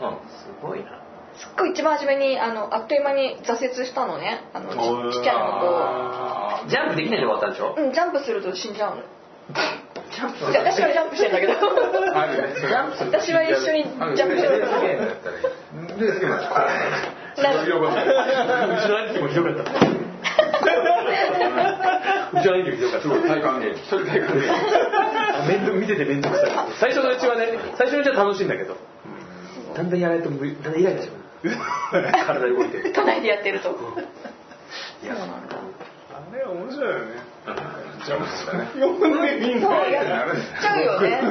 うんすごいなすっごい一番初めにあのあっという間に挫折したのねあのちちっちゃいのこジャンプできないで終わったんでしょう、うん、ジャンプすると死んじゃうのいや私はジャンプしてんだけどあるよねそれ私は一緒にジャンプしてるゲームだったらいいレースゲームだったらな広がないちの兄貴もひどかったうちの兄貴もひどかっすごい体感ゲームそれ体感ゲーム面倒見てて面倒くさい最初のうちはね最初のうちは楽しいんだけどだんだんやられてもだんだんイライラしてくる体動いてる都内でやってるといやなんかあれ面白いよねジャンプですかね読んでみんなそうやっちゃうよね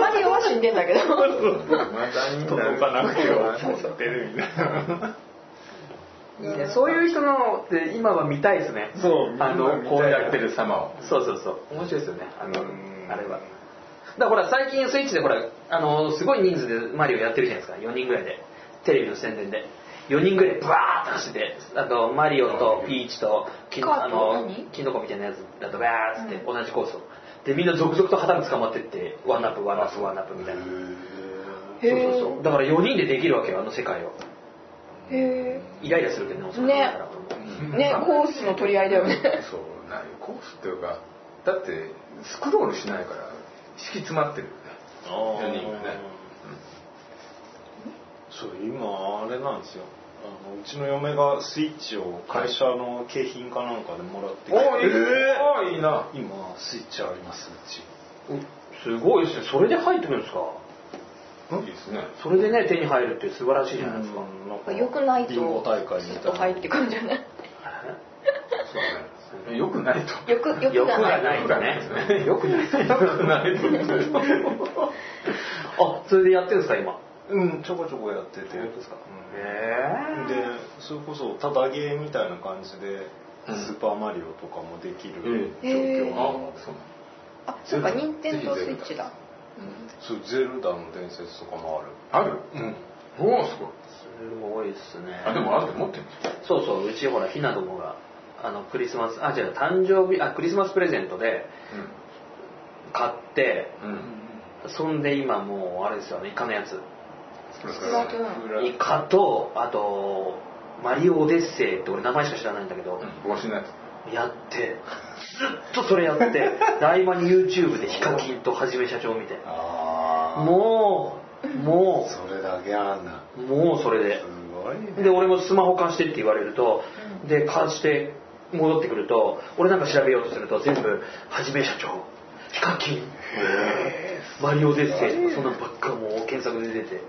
マリオは死んでんだけどまたみんな届かなくてそうそう出るみたいないいねそういう人のって今は見たいですねそうあのこうやってる様をそうそうそう面白いですよねあのうんあれはだからほら最近スイッチでほらあのすごい人数でマリオやってるじゃないですか4人ぐらいでテレビの宣伝で4人ぐらいブワーって走ってあとマリオとピーチとキカートあの何キノコみたいなやつだとバーッつって同じコースをでみんな続々と旗に捕まってってワンナップワンナップワンナップみたいなそうへそうそうだから4人でできるわけよあの世界をえへイライラするけどね恐ねだからえねコースの取り合いだよねそうないコースっていうかだってスクロールしないから敷き詰まってるよね4人がね そう今あれなんですよあのうちの嫁がスイッチを会社の景品かなんかでもらってきて、おいいな今スイッチありますうちすごいですねそれで入ってくるんですかいいですねそれでね手に入るって素晴らしいじゃないですか、なんかよくないとビンゴ大会みちょったと入いってくるんじゃないそうねよくないとよくよよくくはがなないいんだね。よくない。ないと あ、それでやってるんですか、今。なうんちょこちょこやっててうんでえそれこそただゲーみたいな感じで「スーパーマリオ」とかもできる状況なのそうねあそうか任天堂スイッチだそうゼルダの伝説とかもあるあるうんおおすごいすごいですね。あでもあるって持ってるんですよそうそう、うちほら、ひなどもが、あの、クリスマス、あ、違う、誕生日、あ、クリスマスプレゼントで買って、うんうんそんで今もう、あれですよね、イカのやつ。それかスマートフォンイカと、あと、マリオオデッセイって俺名前しか知らないんだけど、うん帽子のやつやって、ずっとそれやって、大間に YouTube でヒカキンとはじめ社長見て。ああもう、もそれだけあんだ。う、もうそれですごいねで、俺もスマホ貸してって言われると、で、貸して戻ってくると、俺なんか調べようとすると、全部、はじめ社長、ヒカキン、マリオデッセイとか、そんなのばっかもう検索で出て。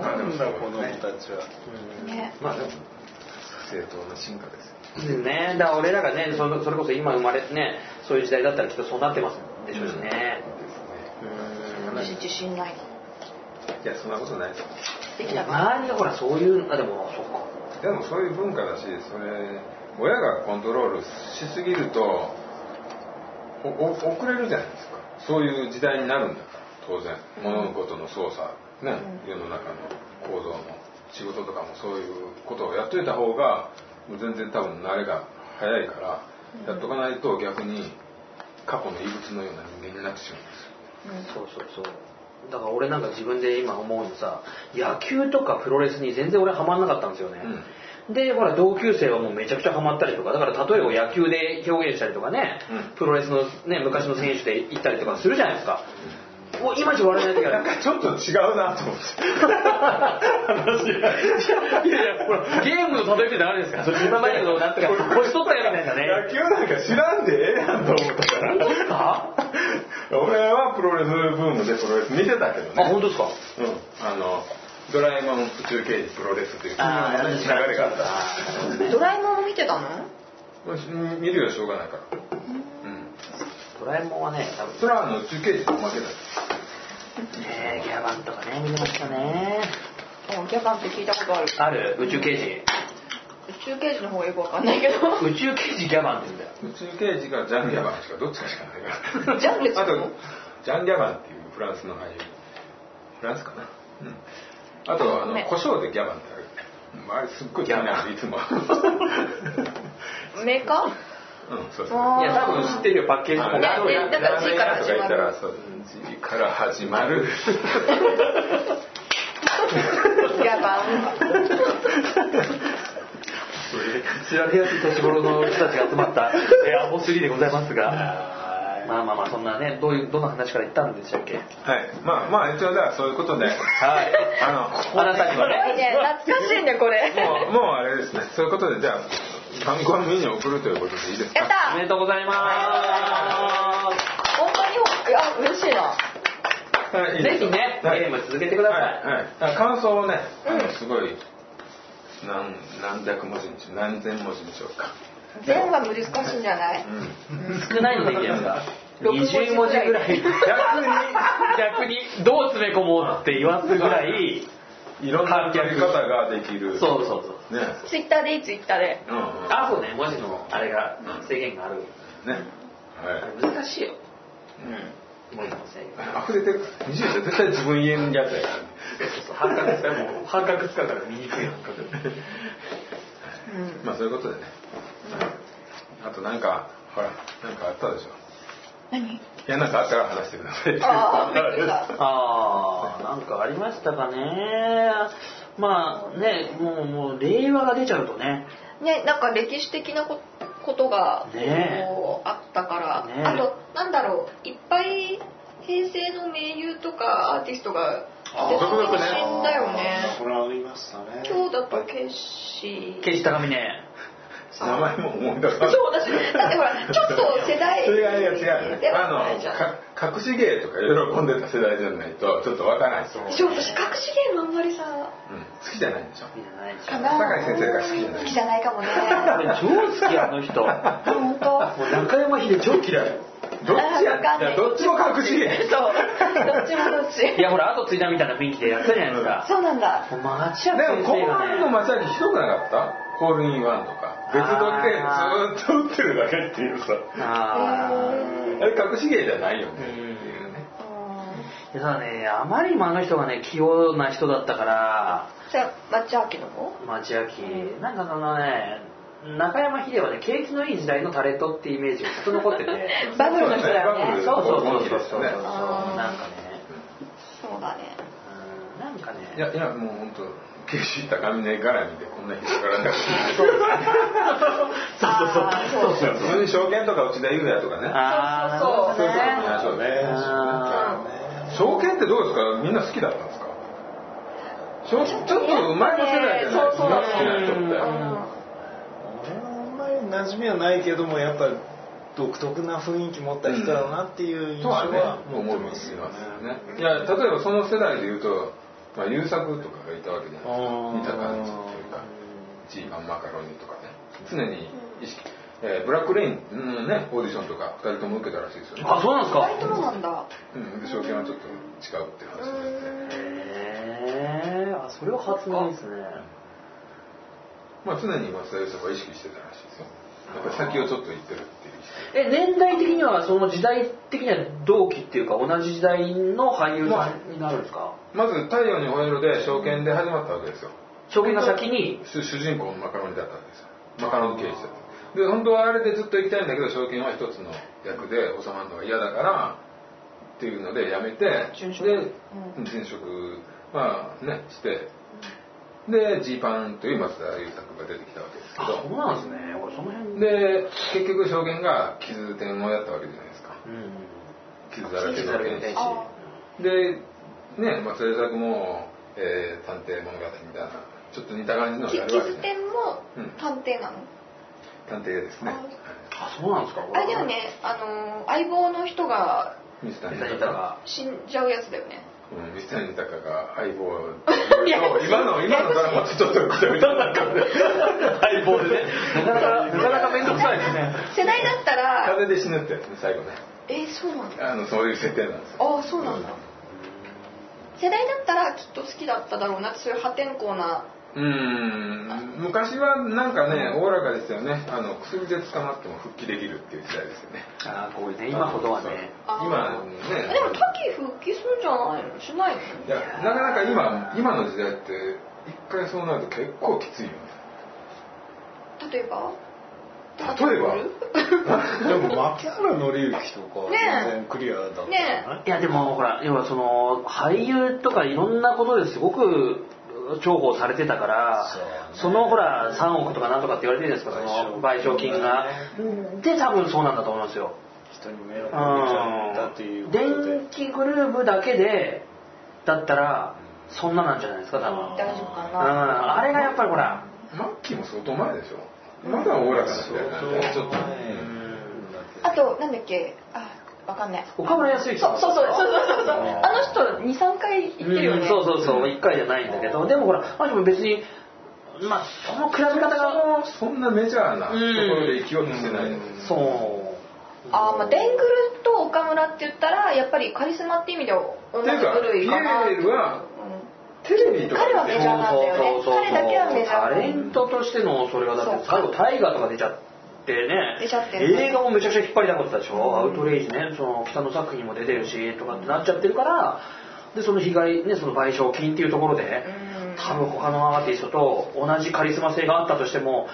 なんだこの子たちはねまあでも正当な進化ですよね、だから俺らがねそのそれこそ今生まれてねそういう時代だったらきっとそうなってますでしょうしね、うん私自信ないのいやそんなことないですできなかっ周りがほらそういうあでもそうかでもそういう文化だしそれ親がコントロールしすぎるとおお遅れるじゃないですかそういう時代になるんだから当然物事の操作ね、世の中の構造の仕事とかもそういうことをやっといた方がもう全然多分慣れが早いからやっとかないと逆に過去の異物のような人間になってしまうんですよそうそうそうだから俺なんか自分で今思うのさ野球とかプロレスに全然俺ハマんなかったんですよね、でほら同級生はもうめちゃくちゃハマったりとかだから例えば野球で表現したりとかね、うんプロレスの、ね、昔の選手で行ったりとかするじゃないですか、もういまいち笑えない時あるちょっと違うなと思ってい やいやいやほらゲームの例えってあるんですかそれ今までのなんとか星取ったやみたいなね野球なんか知らんでええやんと思ったから俺はプロレスブームでプロレス見てたけどねあ本当ですかうんあのドラえもん宇宙刑事プロレスという流れあーがあったドラえもんを見てたのた見るよりしょうがないからうんドラえもんはね多分それはあの宇宙刑事のおまけだよねギャバンとかね見てましたねうんギャバンって聞いたことあるある宇宙刑事宇宙刑事の方がよくわかんない けど宇宙刑事ギャバンって言うんだよ宇宙刑事かジャン・ギャバンしかどっちかしかないからジャンル違うのあとジャン・ギャバンっていうフランスの俳優フランスかなうんあとあのね胡椒でギャバンってあるうんあれすっごい気になるいつもメーカーうんそうそうあーいや多分知ってるよパッケージとかねねだから字から始まるそう G から始まる。 版知られやすい年頃の人たちが集ま った、えーアボ3でございますが。まあまあまあ、そんなね、どういう、どの話から言ったんでしたっけ。はいまあまあ一応じゃあそういうことではいああなたにはね。ね懐かしいねこ れのもうもうあれですねそういうことでじゃあファミコンミニを送るということでいいですやっかおめたでとうございま本当にいや嬉しいなはいいいす。でぜすひよね、はいゲーム続けてください。はいはい、感想をね、あのうんすごい何何百文字にしよう何千文字にしようか、全話難しいんじゃないうん、少ないのでいいんじゃないですか。20文字ぐらい。逆に、逆に、どう詰め込もうって言わすぐらい。いろんなやり方ができるそうそうそう。ねツイッターでいいツイッターでうんうんあ、そうね、文字のあれが、制限がある。ねはい難しいよ。うん文字の制限。溢れてる二十代絶対自分言えんやつやからね半角使う、もう半角使うから見にくい半角。 まあそういうことでね、あとなんかほらなんかあったでしょ何いやなんかあったら話してください ああびっくりしたああ、なんかありましたかね。まあね、もう、もう、令和が出ちゃうとね。ね、なんか歴史的なこことがねえこうあったから、ねえあとなんだろういっぱい平成の名優とかアーティストがあ出て続々きねてんだよねこれはありましたね今日だとケッシーケシタカミね。さん名前も思い出さなそう 私だってほらちょっと世代い違う違う違うねではあないのじゃんか隠し芸とか喜んでた世代じゃないとちょっとわからないですうん、好そう私隠し芸のあんまりさきじゃないんでしょみんなないでしょかな酒井先生が好きじゃない好きじゃない かもね俺超好き、あの人。も本当う中山秀超嫌い。どっちやあわかんいないやどっちも隠し芸そうどっちもどっいちや、ほら、後継いだみたいな雰囲気でやったじゃないですか。そうなんだもう町で屋先も後生が半のね。街にひどくなかったホールインワンとか別撮りでずーっと打ってるだけっていうさああ。あれ隠し芸じゃないよねってうんいうねうんただね、あまりにもあの人がね、器用な人だったから、じゃあマッチャーキの方町明、なんかそのね、中山秀はね、景気のいい時代のタレントってイメージがずっと残ってて、 バブルの人だよバブねルそうそうそうそうそう、あーなんかね、そうだねうんなんかね、いやいやもう本当ケイシー高峰絡みでこんなに広がらなくてあーそうそうそう普通に証券とか内田裕也とかねあーそうそうそうなるほどねあそうねあ証券ってどうですかみんな好きだったんですか証ちょっとうまい子世代じゃないですそうそうか好きな人うっんて俺はあんまり馴染みはないけどもやっぱり独特な雰囲気持った人だなっていうと印象はねは思持いってまますすよよね。ねいや例えばその世代で言うと、まあ、優作とかがいたわけじゃないですか似た感じっていうかジーマンマカロニとかね常に意識、えーブラックレインのねオーディションとか2人とも受けたらしいですよねあ、そうなんですか。割となんだうん、で証券はちょっと違うっていう話になって、へーあ、それは初耳ですね。まあ、常に松田優作は意識してたらしいですよやっぱり先をちょっと行ってるっていう意識え、年代的には、その時代的には同期っていうか、同じ時代の俳優さんになるんですかまず「太陽にほえろ」で証券で始まったわけですよ証券が先に、主主人公のマカロニだったんですよマカロニ刑事だったで本当はあれでずっと行きたいんだけど証券は一つの役で収まるのが嫌だからっていうのでやめて殉職でう転職、まあねしてでジーパンという松田優作が出てきたわけですけあ、そうどなんですね。俺、その辺で結局証券が傷点をやったわけじゃないですかうん。傷だらけザのルゲン天天使使。でね松田優作も、えー探偵物語みたいなちょっと似た感じのをきやるわけ傷じゃない点もうん探偵なの、探偵ですねああ、そうなんですか。あれだよ。ねあのー相棒の人が水谷ネタ豊ネタが。死んじゃうやつだよ ねうん、水谷豊が相棒を いや今の今のドラマとちょっと比べたらなんかね相棒でね。なかなか、なかなか面倒くさいですね。世代だったら 風で死ぬってやつね最後ねえーそうなんだあのそういう設定なんですよああそうなんだ世代だったらきっと好きだっただろうなってそういう破天荒なうん昔はなんかねおおらかですよねあの薬で捕まっても復帰できるっていう時代ですよねあー、こういうね、今ほどはね。あー今ねでも滝復帰するんじゃないのしないのいやなかなか今今の時代って一回そうなると結構きついよね例えば例えばでも牧原紀之とかはねえ全然クリアだったんじゃないねいやでもほら要はその俳優とかいろんなことですごく重宝されてたからそうねそのほら3億とかなんとかって言われてるじゃないですかその賠償金がで多分そうなんだと思いますよ人に迷惑かけちゃったっていうことで電気グループだけでだったらそんななんじゃないですか多分大丈夫かうんなあれがやっぱりほらマッキーも相当前でしょまだおおらかな時代なんだよねちょっとあとなんだっけあわかんない岡村康之そさうんそうそうそうそうそうあの人23回行ってるよね、うんそうそうそう1回じゃないんだけどでもほらあでも別にまあその比べ方がそんなメジャーなところで生きようとしてないですそうあーまあデングルと岡村って言ったらやっぱりカリスマって意味では同じ部類かなっていうかピエールはうテレビとか彼はメジャーなんだよねそうそうそう彼だけはメジャータレントとしてのそれはだって最後大河とか出ちゃってね出ちゃってる映画もめちゃくちゃ引っ張りだこだったでしょ、アウトレイジねその北野作品にも出てるしとかってなっちゃってるからでその被害ねその賠償金っていうところで、ん多分他のアーティストと同じカリスマ性があったとしても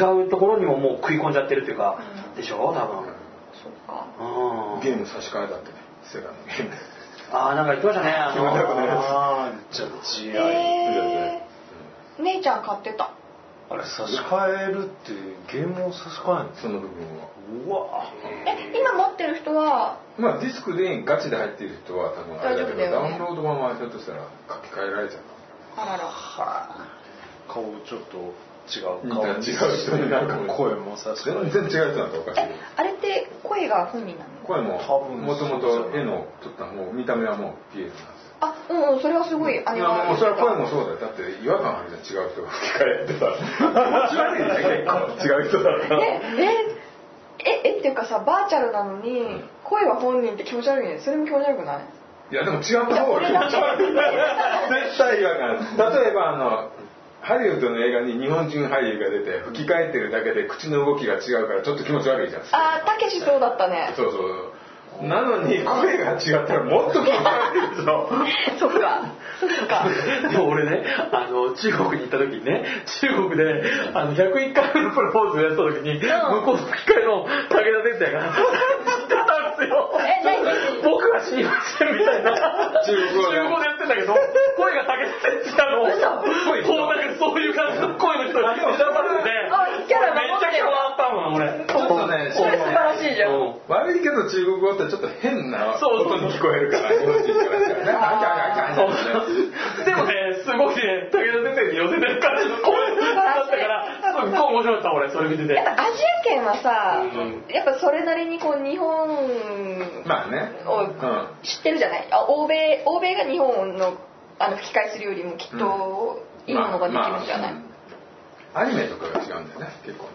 違うところにももう食い込んじゃってるっていうか、うんでしょ多分そっかうんゲーム差し替えだってねセガのゲームああなんか言ってましたねあの聞いたことないやつああじゃあえ GI、えー、姉ちゃん買ってたあれ差し替えるってゲームを差し替えるんですその部分をうわえ今持ってる人はまあディスクでガチで入っている人は多分あれだけど大丈夫だよねダウンロード版はひょっとしたら書き換えられちゃうあらら顔ちょっと違う似顔た違う人になるかも声も差し替え全る然違う人なんておかしいえあれって声が本人なの声も多分もともと絵の撮ったもう見た目はもうピエールなんですよあうんうんそれはすごいあれはまあそれは声もそうだよだって違和感あるじゃん違う人が吹き替えってさ気持ち悪いね結構違う人だったらええええっていうかさバーチャルなのに声は本人って気持ち悪いねそれも気持ち悪くないいやでも違った方が気持ち悪い絶対違和感ある例えばあのハリウッドの映画に日本人俳優が出て吹き替えてるだけで口の動きが違うからちょっと気持ち悪いじゃんあーたけしそうだったねそうそうなのに声が違ったらもっと気持ち悪いでしょ そっかそっかでも 俺ねあの中国に行った時にね中国であの101回目のプロポーズをやった時に、向こうの機械の武田鉄矢 が知ってたんですよえ何僕は知りませんみたいな中国語で中国語でやってんだけど声が武田鉄矢の嘘こうなんかそういう感じの声の人が選ばれててあキャラめっちゃ変わったもん俺ちょっとねそれ素晴らしいじゃんうん悪いけど中国語ってちょっと変なそうそう音に聞こえるから日本人からしたらねあきゃあきゃあきゃあきゃあきゃでもね、すごいね、武田先生に寄せてる感じの声だったから、すっごい面白かった、俺、それ見てて。やっぱアジア圏はさ、うやっぱそれなりにこう日本まあねおいう知ってるじゃないあ欧米欧米が日本のあの吹き替えするよりもきっといんいものができるんじゃなまあまあい、うんアニメとかが違うんだよね結構ね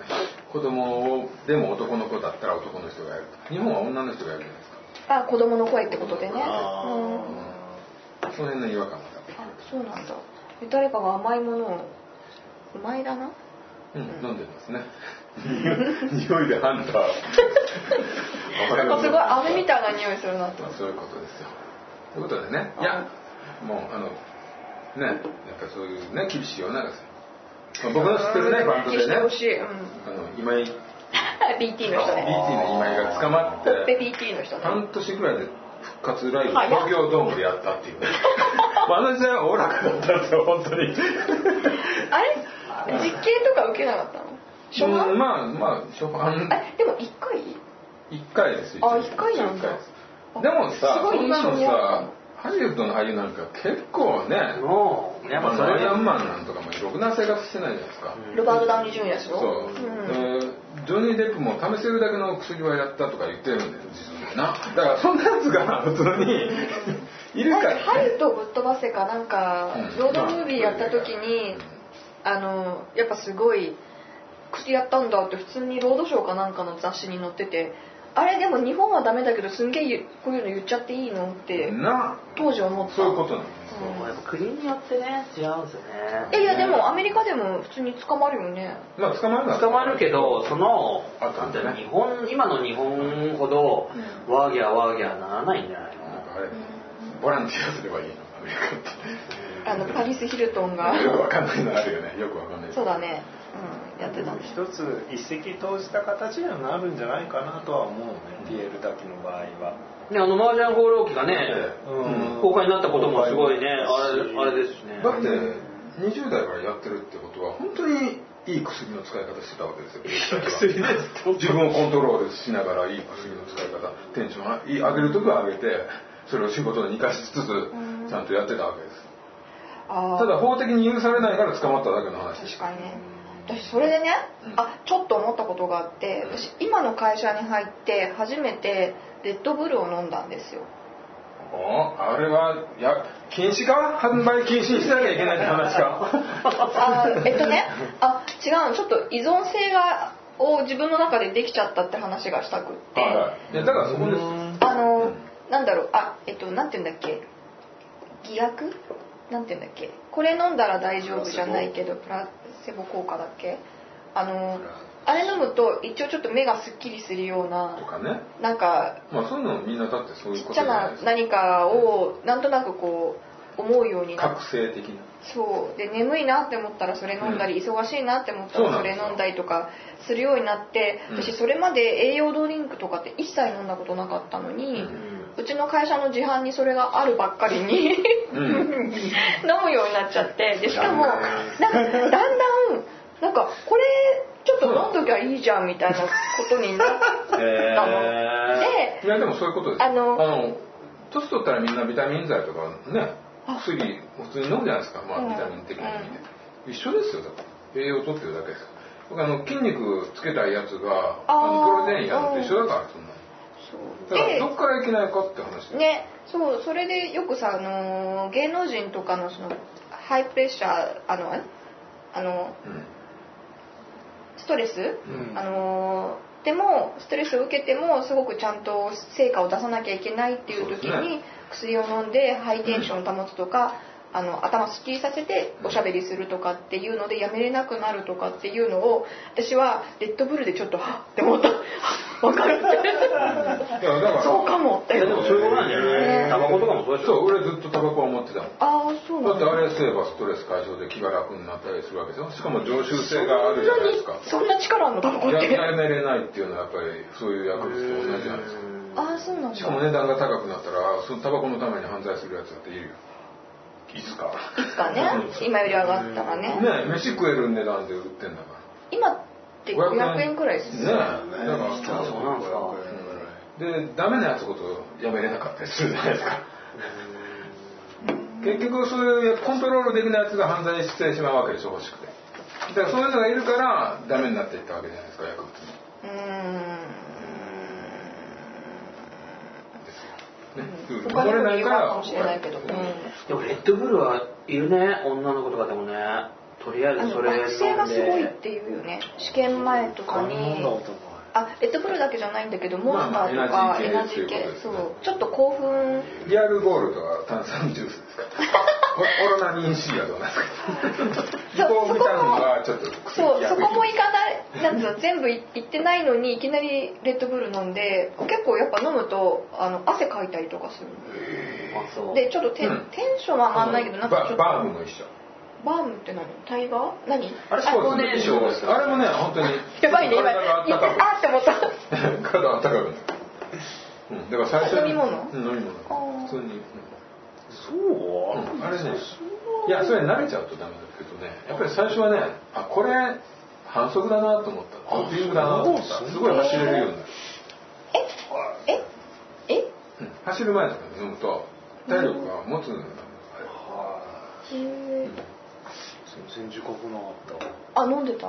子供をでも男の子だったら男の人がやると日本は女の人がやるじゃないですあ子供の声ってことでねうんあーかその辺の違和感が多あそうなんだえ誰かが甘いものをうまいだな分うん飲んでますね匂いでハンターなんかすごい飴みたいな匂いするなとまあ、そういうことですよ。ということでね、いや、もう、あの、ね、やっぱりそういうね、厳しい世の中ですよ。まあ、僕の知ってるね、バンドでね、してほしい、うん、 あの、今井、BT BT の人ねの今井が捕まっほっぺて、 BT の人ね半年ぐらいで復活ライブ、あや東京ドームでやったって いうね。まあ、あの時代はおおらかだったんですよ、本当に。あれ実刑とか受けなかったの初犯、うん まあ、まあ、初版、えでも一回一回ですよ。あ一回なんだですでもさ、すごいそんなの印象にあるさ、ハリウッドの俳優なんか結構ね、もう、やっぱそアれイアンマンなんとかもろくな生活してないじゃないですか、ロバート・ダウニー・ジュニアでしょそう、ん、でジョニー・デップも試せるだけの薬はやったとか言ってるんだよ実はなだからそんなやつが普通にいるなんか、からハリウッドをぶっ飛ばせかなんかうんロードムービーやった時にあのやっぱすごい薬やったんだって普通にロードショーかなんかの雑誌に載っててあれでも日本はダメだけどすんげえ言うこういうの言っちゃっていいのってな当時思ったそういうことなんですもうやっぱ国によってね、違うんですよいやね。いやでもアメリカでも普通に捕まるよねまあ捕まるのは捕まるけど、その、あなんていうの日本、今の日本ほど、ワーギャーワーギャーならないんじゃないのなんかあれボランティアすればいいのアメリカってあのパリス・ヒルトンがよくわかんないのあるよねよくわかんないそうだね、うん、やってたね一つ一石投じた形にはなるんじゃないかなとは思うね PL だけの場合はね、あの、麻雀放浪記がね、うん 公開になったこともすごいね、あれ、あれですしね。だって20代からやってるってことは本当にいい薬の使い方してたわけです よ薬です自分をコントロールしながらいい薬の使い方テンション上げる時は上げてそれを仕事に生かしつつちゃんとやってたわけですあーただ法的に許されないから捕まっただけの話です確かにね私それでねあちょっと思ったことがあって私今の会社に入って初めてレッドブルを飲んだんですよおあれはや禁止か販売禁止にしなきゃいけないって話 かあーえっとねあ違うのちょっと依存性がを自分の中でできちゃったって話がしたくって、はいいやだからそこですよあのなんだろうあえっとなんて言うんだっけ偽薬なんて言うんだっけこれ飲んだら大丈夫じゃないけどプラセボ効果だっけあのあれ飲むと一応ちょっと目がすっきりするようとなかねなんかまあそういうのみんなだってそういちうっことちじゃゃないなですか何かをなんとなくこう思うようになっ覚醒的なそうで眠いなって思ったらそれ飲んだり、忙しいなって思ったそうらなそんでれすよ飲んだりとかするようになって、うん私それまで栄養ドリンクとかって一切飲んだことなかったのに、うちの会社の自販にそれがあるばっかりにうん 飲むようになっちゃってでしかもなんかだんだんなんかこれちょっと飲んどきゃいいじゃんみたいなことになっ たのでいやでもそういうことですあの年取ったらみんなビタミン剤とかね薬普通に飲むじゃないですか、まうあ、んビタミン的な意味で、一緒ですよだから栄養を取ってるだけですよ僕あの筋肉つけたいやつがああーのプロテインやるのと一緒だからそんなのそうだからでどっからいけないかって話ですよねそうそれでよくさあのー芸能人とかのそのハイプレッシャーあのえあのうんストレス、うんあのーでもストレスを受けてもすごくちゃんと成果を出さなきゃいけないっていう時そうですに薬を飲んでハイテンションを保つとか、あの頭すっきりさせておしゃべりするとかっていうのでやめれなくなるとかっていうのを私はレッドブルでちょっとはっって思った わかるっていやだからそうかもっていやでもそういうことなんじゃなねいタバコとかもそうでしそうょ俺ずっとタバコを持ってたもんああそうだなっんてだあれすればストレス解消で気が楽になったりするわけでしょしかも常習性があるじゃないですかそんな力あんのタバコってややめれないっていうのはやっぱりそういう薬物と同じじゃないですかああそうなんだしかも値段が高くなったらそのタバコのために犯罪するやつだっているよいつかいつかね今より上がったらねねえ飯食える値段で売ってんだから今って500円くらいですねえだよからそうなんですかでダメなやつほどやめれなかったりするじゃないですか結局そういうコントロールできないやつが犯罪してしまうわけでしょ欲しくてだからそういうのがいるからダメになっていったわけじゃないですか薬物もうーんね他に守もれな理い由かがあるらかもしれないけど、うん、でもレッドブルはいるね女の子とかでもねとりあえあずそのれ学生がすごい飲っんでていうよね試験前とかにあレッドブルだけじゃないんだけどモンスターとまあまかあエエナナジジーー系系そうちょっと興奮リアルゴールドは炭酸ジュースですかオオロナミン C はどうなんですか そうそこを見たのはちょっとそうそこも行いかないなんつうの全部い行ってないのにいきなりレッドブル飲んで結構やっぱ飲むとあの汗かいたりとかするあそうでちょっとテン,、うんテンションは上がんないけどなんかちょっとババームの一緒バームって何タイガー何あれスポーツの衣装ですあれもね本当にやばいね今体言があってあーって思った ったかく体あったかくなるうんだから最初に飲み物うん飲みあー物普通にそううんうんあれねいやそれ慣れちゃうとダメだけどねやっぱり最初はねあこれ反則だなと思ったドーピングだなと思ったすごい走れるようになるえええうん走る前とかに飲むと体力が持つんだへー全然自覚なかったあ飲んでた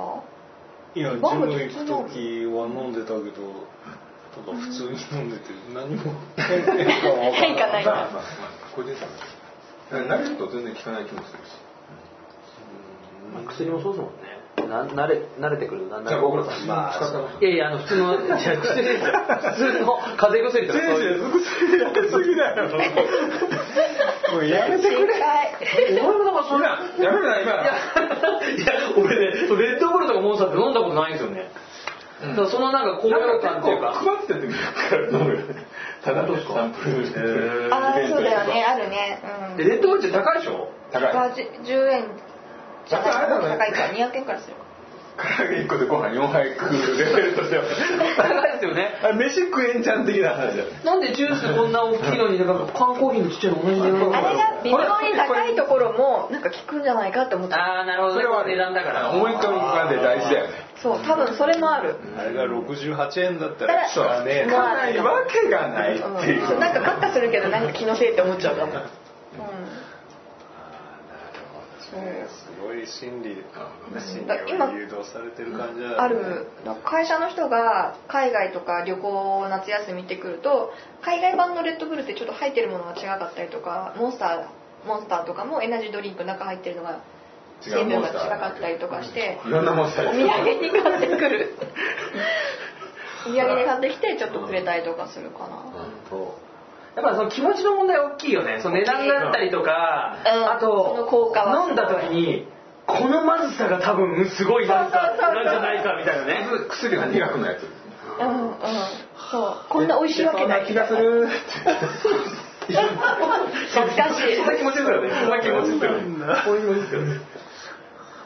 いやジバムム普行通くなの時は飲んでたけどただ普通に飲んでて何も変化は分変か化ならないまあいまあまあ個人差だから慣れると全然効かない気も するしまあ薬もそうですもんねな慣れ慣れてくるとだんじゃだあん僕ら薬ま使ったこあいやいやあの普通のいや薬ですよ普通の風邪薬とかそういう薬やりすぎだよもうやめてくれ俺もだからそとれやめるな今いや俺ねレッドブルとかモンスターって飲んだことないんですよね、だからそのなんか高揚感っていうかなんか結構配っててみるから飲むよねただのサンプルしてあーそうだよイベントねあるねでうんレッドブルって高いでしょ高いがじ10円じゃない高いから200円からするか唐揚げ1個でご飯4杯食うレベルとしては高いですよねあ飯食えんじゃん的な話だよねなんでジュースこんな大きいのになんか缶コーヒーのちっちゃいの同じ値段あれが微妙に高いところもなんか効くんじゃないかって思ったああなるほどそれは値段だから思い込みがね大事だよねそう多分それもあるあれが68円だっただらから聞かね行えそうなかないわけがないっていう、うん、なんかカッカするけどなんか気のせいって思っちゃうかも、うん、ねすごい心理心だ理今を誘導されてる感じだよねある会社の人が海外とか旅行夏休み行ってくると海外版のレッドブルってちょっと入ってるものが違かったりとかモンスターモンスターとかもエナジードリンク中入ってるのが成分が違かったりとかしていろんなもんしお土産に買ってくるお土産に買ってきてちょっとくれたりとかするかなやっぱその気持ちの問題大きいよねその値段だったりとか、うんあそのと効果は飲んだ時にこのまずさが多分すごいなんかそうそうそうそうなんじゃないかみたいなね薬が苦くなやつうんうんそうこんな美味しいわけな い気がす る懐かしいそんな気持ちですよねそんな気持ちですよねこういうのですよね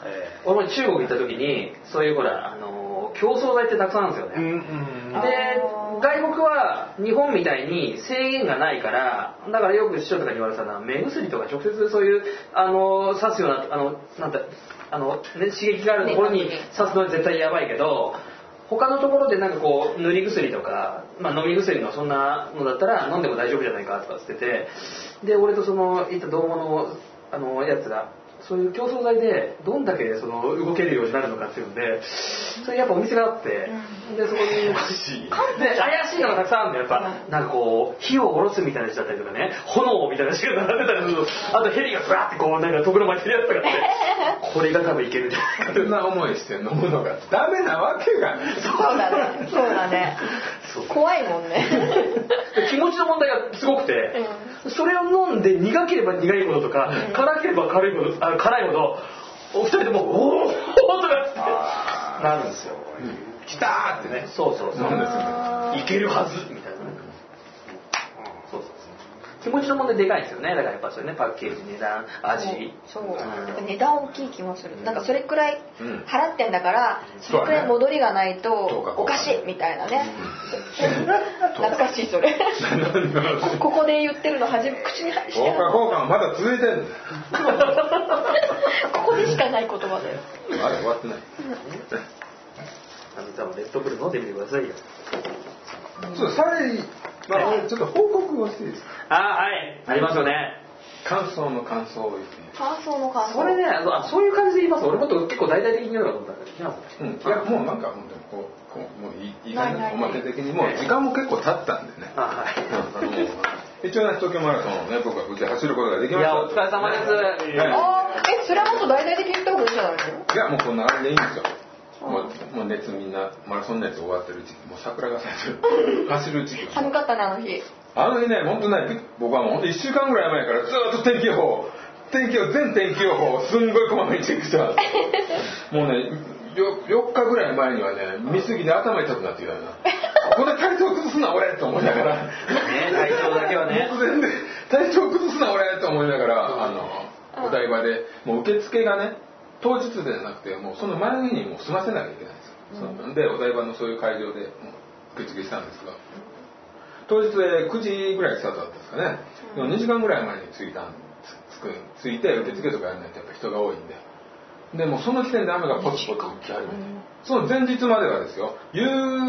え俺も中国行った時にそういうほらあのー競争剤ってたくさんあるんですよね、えうんうんであー外国は日本みたいに制限がないからだからよく師匠とかに言われてたのは目薬とか直接そういうあの刺すようなあのなんてあの、ね、刺激があるところに刺すのは絶対やばいけど他のところでなんかこう塗り薬とか、まあ、飲み薬のそんなのだったら飲んでも大丈夫じゃないかとかつっててで俺とそのいた同胞のあのやつがそういう競争剤でどんだけその動けるようになるのかっていうのでそれやっぱお店があって、でそこにで怪しいのがたくさんあるんだよやっぱなんかこう火を下ろすみたいなやつだったりとかね炎みたいなやつが並んでたりするとあとヘリがふわってこうなんかとぐろ巻いてるやつとかあってこれが多分いけるんじゃないこかんな思いして飲むのがダメなわけがないそうだねそうだね怖いもんねで気持ちの問題がすごくて、それを飲んで苦ければ苦いほどとか、辛ければ辛いほどあ辛いほどお二人とも「おお!」とかってなるんですよ、きたー ってねそうそうそう、なんですよねいけるはずみたいなね、そうそうそう気持ちの問題でかいですよねだからやっぱそれねパッケージ値段味そううんやっぱ値段大きい気もするんなんかそれくらいうん払ってんだからそれくらい戻りがないとそうだねおかしいみたいなね懐かしいそれ 何がここで言ってるの初め口にして放課放課まだ続いてるんだよここでしかない言葉だよまだ終わってないあのじゃあレッドブル飲んでみてくださいよちょっと最後まあちょっと報告をしていいですかあはいありますよね感想の感想を言っていい感想の感想それねあのあそういう感じで言います俺もっと結構大々的に言うのかと思ったんだけどうん、いやもうなんか本当にこうこうもういいいいな感いじないおまけ的にもう時間も結構経ったんでね、あはあの一応ね東京マラソンをね僕は無事走ることができいいましたやお疲れ様です、いやあーえそれはもっと大々的に言った方がいいんじゃないのいやもうこんなあれでいいんですよもうもう熱みんなマラソン熱終わってる時期もう桜が咲いてる走る時期寒かったねあの日あの日ね本当ねび僕はもう本当1週間ぐらい前からずーっと天気予報天気予報全天気予報をすんごいこまめにチェックしてますもうねよ4日ぐらい前にはね見過ぎで頭痛くなってきたなここで体調崩すな俺と思いながらね体調だけはね目前で体調崩すな俺と思いながらあのお台場でもう受付がね当日でじゃなくてもうその前の日にもう済ませなきゃいけないんですよ、そうでお台場のそういう会場でもう受付したんですが当日で9時ぐらいスタートだったんですかね、でも2時間ぐらい前に着いたんつく着いて受付とかやらないとやっぱ人が多いんででもうその時点で雨がポツポツ降き始めて、その前日まではですよ夕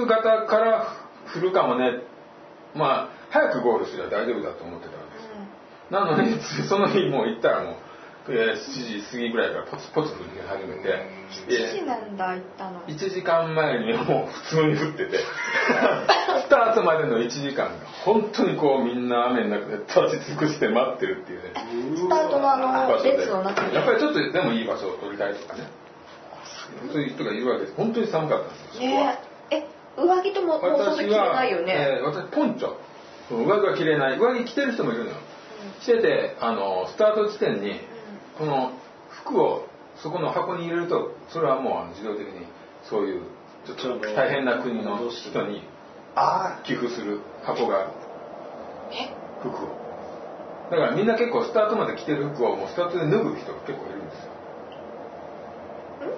方から降るかもねまあ早くゴールすれば大丈夫だと思ってたわけですよ、なのに つその日もう行ったらもう、えー7時過ぎぐらいからポツポツ降り始めて、 7時なんだ行ったの1時間前にもう普通に降ってて スタートまでの1時間が本当にこうみんな雨の中で立ち尽くして待ってるっていうねスタートのあので列の中にやっぱりちょっとでもいい場所を取りたいとかねそういう人がいるわけです本当に寒かったんですよそこはねええ上着とももうそんな着れないよね、えー私ポンチョ上着は着れない上着着てる人もいるのよ着ててあのスタート地点にこの服をそこの箱に入れるとそれはもうあの自動的にそういうちょっちょっとと大変な国の人に寄付する箱がある服をだからみんな結構スタートまで着てる服をもうスタートで脱ぐ人が結構いるんですよ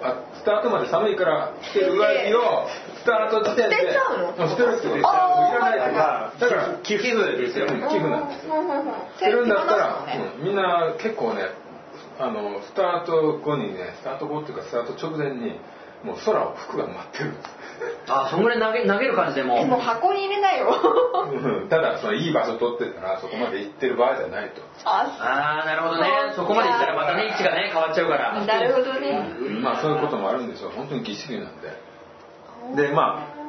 あスタートまで寒いから着てる上着をスタート時点で捨てちゃうのも捨てるって言ってあーいらないからだから寄付ですよ寄付なんですしてるんだったら、うんみんな結構ねあのスタート後にねスタート後っていうかスタート直前にもう空を服が舞ってるんですあそんぐらい投げ投げる感じでもえもう箱に入れな いようんただそのいい場所取ってたらそこまで行ってる場合じゃないと、あああなるほどねそこまでいったらまたね位置がね変わっちゃうからなるほどねまあそういうこともあるんでしょう本当にぎっしりなんででまあ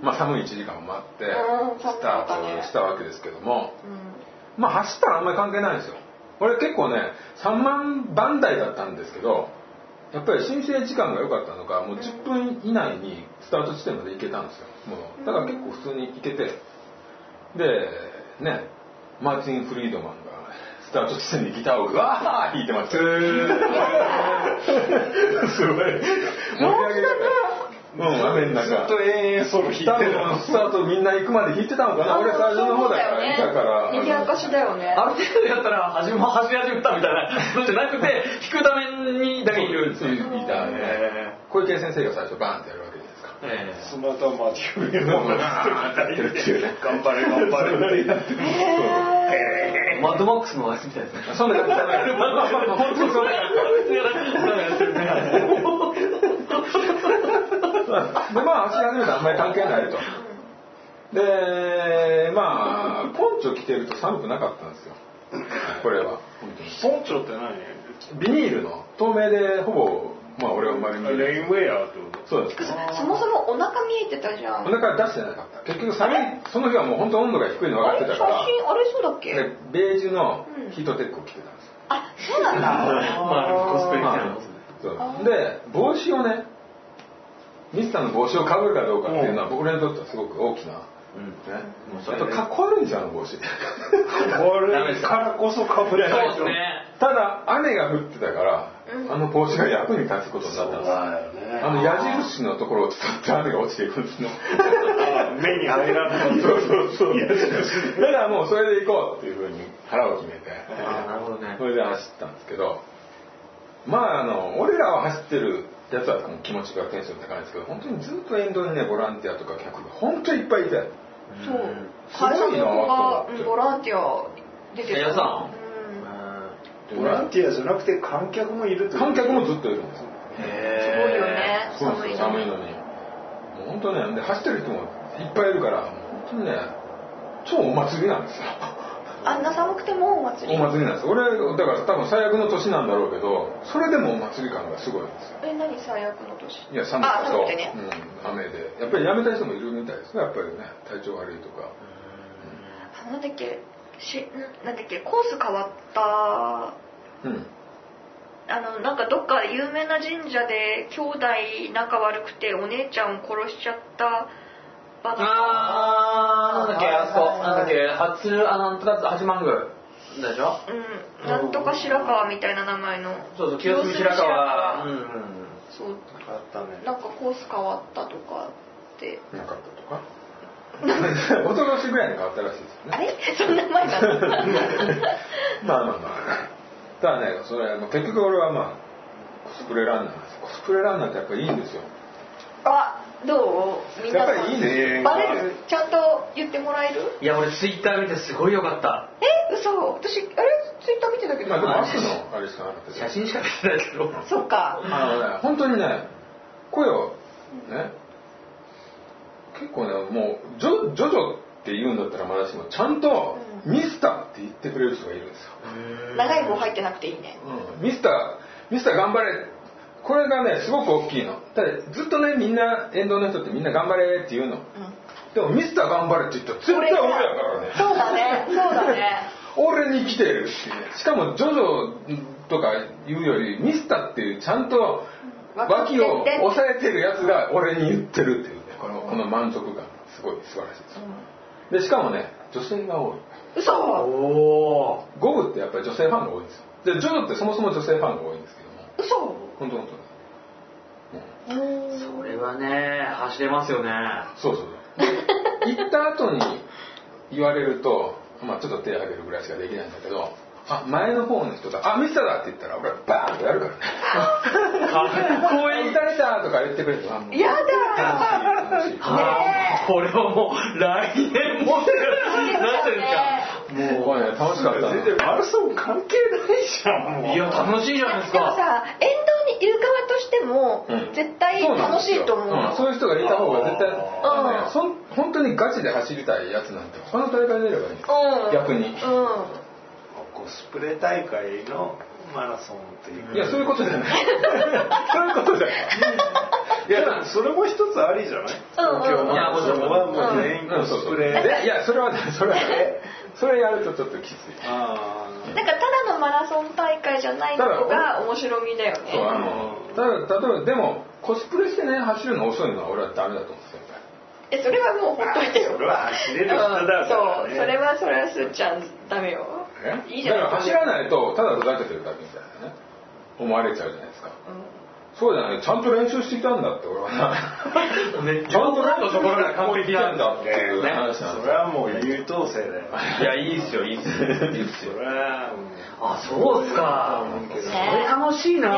まあ寒い1時間も待ってうんスタートしたわけですけどもうんまあ走ったらあんまり関係ないんですよ俺結構ね3万番台だったんですけどやっぱり申請時間が良かったのかもう10分以内にスタート地点まで行けたんですよもうだから結構普通に行けてでねマーティン・フリードマンがスタート地点にギターをうわー弾いてま したすごい盛り上げ方うん雨の中ずっと延々ソロ弾いて多る分スタートみんな行くまで弾いてたのかな俺最初の方だからいたから賑やかしだよねある程度やったら始ま始め始めたみたいなのじゃなくて弾くためにだけいるんですよいたね小池先生が最初バーンってやるわけじゃないですかそえの後はマーティン・フリードマンがずっと歌いうんて頑張れ頑張れって言ってえマッドマックスの話みたいです ねそんな感じじゃない本当にそんな感じでまあ走り始めたらあんまり関係ないとでまあポンチョ着てると寒くなかったんですよこれはポンチョって何ビニールの透明でほぼまあ俺は生まれレインウェアってこそうですそもそもお腹見えてたじゃんお腹出してなかった結局寒いその日はもう本当温度が低いの分あかっれて写た真からあれそうだっけでベージュのヒートテックを着てたんですよ、あそうなんだまあコスプレみたいなもんですねそうで帽子をねミスターの帽子をかぶるかどうかっていうのは僕らにとってはすごく大きな、ねあとかっこ悪いんじゃんあの 帽子と悪いからこそかぶれそうないでとすねただ雨が降ってたからうんあの帽子が役に立つことになったんですよだよねあの矢印のところを伝って雨が落ちていくんですね目に入らない そうそうそうだからもうそれで行こうっていうふうに腹を決めてあーなるほどねそれで走ったんですけどまああの俺らは走ってるやつはもう気持ちがテンション高いんですけど本当にずっと沿道にねボランティアとか客が本当にいっぱいいてそうすご会社のいな子がと思ってうんボランティア出てた皆さんうんボランティアじゃなくて観客もいるってこと観客もずっといるんですよすごいよねそうです寒よ寒いのいにのにもう本当ねで走ってる人もいっぱいいるから本当にね超お祭りなん ですよあんな寒くてもお祭おり祭りなんです俺だから多分最悪の年なんだろうけどそれでもお祭り感がすごいんですよえ何最悪の年いや寒さと、あ寒くてねうん、雨でやっぱりやめた人もいるみたいですねやっぱりね体調悪いとかあなんだっけしんなんだっけコース変わったうんあのなんかどっか有名な神社で兄弟仲悪くてお姉ちゃんを殺しちゃったバナあーなんだっけあそこなんだっけ初あなんとか八幡宮でしょうんなんとか白川みたいな名前のそうそう清澄白川うんうんうんそうあったねなんかコース変わったとかってなかったとか一昨年ぐらいに変わったらしいですよ ねあれそんな前なのまあまあまあただねそれもう結局俺はまあコスプレランナーなんですよコスプレランナーってやっぱりいいんですよあどうみんなやっぱりいいねバレるちゃんと言ってもらえるいや俺ツイッター見てすごい良かったえ嘘私あれツイッター見てたけどまあでも悪のあれしかなかった写真しか見てないけどそっかあのね本当にね声をね結構ねもうジョジョジョって言うんだったらまだしもちゃんとミスターって言ってくれる人がいるんですよ長い棒入ってなくていいねうんミスター、ミスター頑張れ。これがね、すごく大きいの。ただ、ずっとね、みんな、沿道の人ってみんな頑張れって言うの。でも、ミスター頑張れって言ったら、絶対俺やからね。 そうだねそうだね俺に来てるっていうね。しかも、ジョジョとか言うより、ミスターっていう、ちゃんと脇を押さえてるやつが俺に言ってるっていうね。この、この満足感、すごい素晴らしいですよ。で、しかもね、女性が多い。嘘おおゴブってやっぱり女性ファンが多いんですよ。で、ジョジョってそもそも女性ファンが多いんですけども。嘘本当本当それはね走れますよねそうそうそうで行った後に言われるとまあちょっと手を挙げるぐらいしかできないんだけどあ前の方の人が「あミスターだ」って言ったら俺はバーンとやるからねかっ「こい撃たれた!」とかから言ってくれるとあもうやだ楽しい楽しいねこれはもう来年もなんていうんですかもうね楽しかった全然マルソン関係ないじゃんもういや楽しいじゃないですでもかさ沿道にいる側としても、うん絶対そうなん楽でしすよいと思うの、んそういう人がいた方が絶対あーあのねそん本当にガチで走りたいやつなんて他の大会出ればいいうん逆にうコスプレ大会のマラソンっていういやそういうことじゃない そういうことじゃないいやでもそれも一つありじゃなういんうん東京マラソンはもう全員うんコそうスそプうレででいやそれはそれはそれやるとちょっときついあんなんかただのマラソン大会じゃないのが面白みだよねそうあのただ例えばでもコスプレしてね走るの遅いのは俺はダメだと思うんですよえそれはもうほっといてあよそれは走れる人だからそうねそれはそれはすっちゃんダメよやっぱりねいいじゃないだから走らないとただふざけてるだけみたいなね思われちゃうじゃないですかそうじゃないちゃんと練習してきたんだって俺は なねちゃんとなんかそこら辺完璧なんだっていうね話なんそですれよはもう優等生だよいやいいっすよいいっすよいいっすそよれはあそうっすかそれ楽しいなね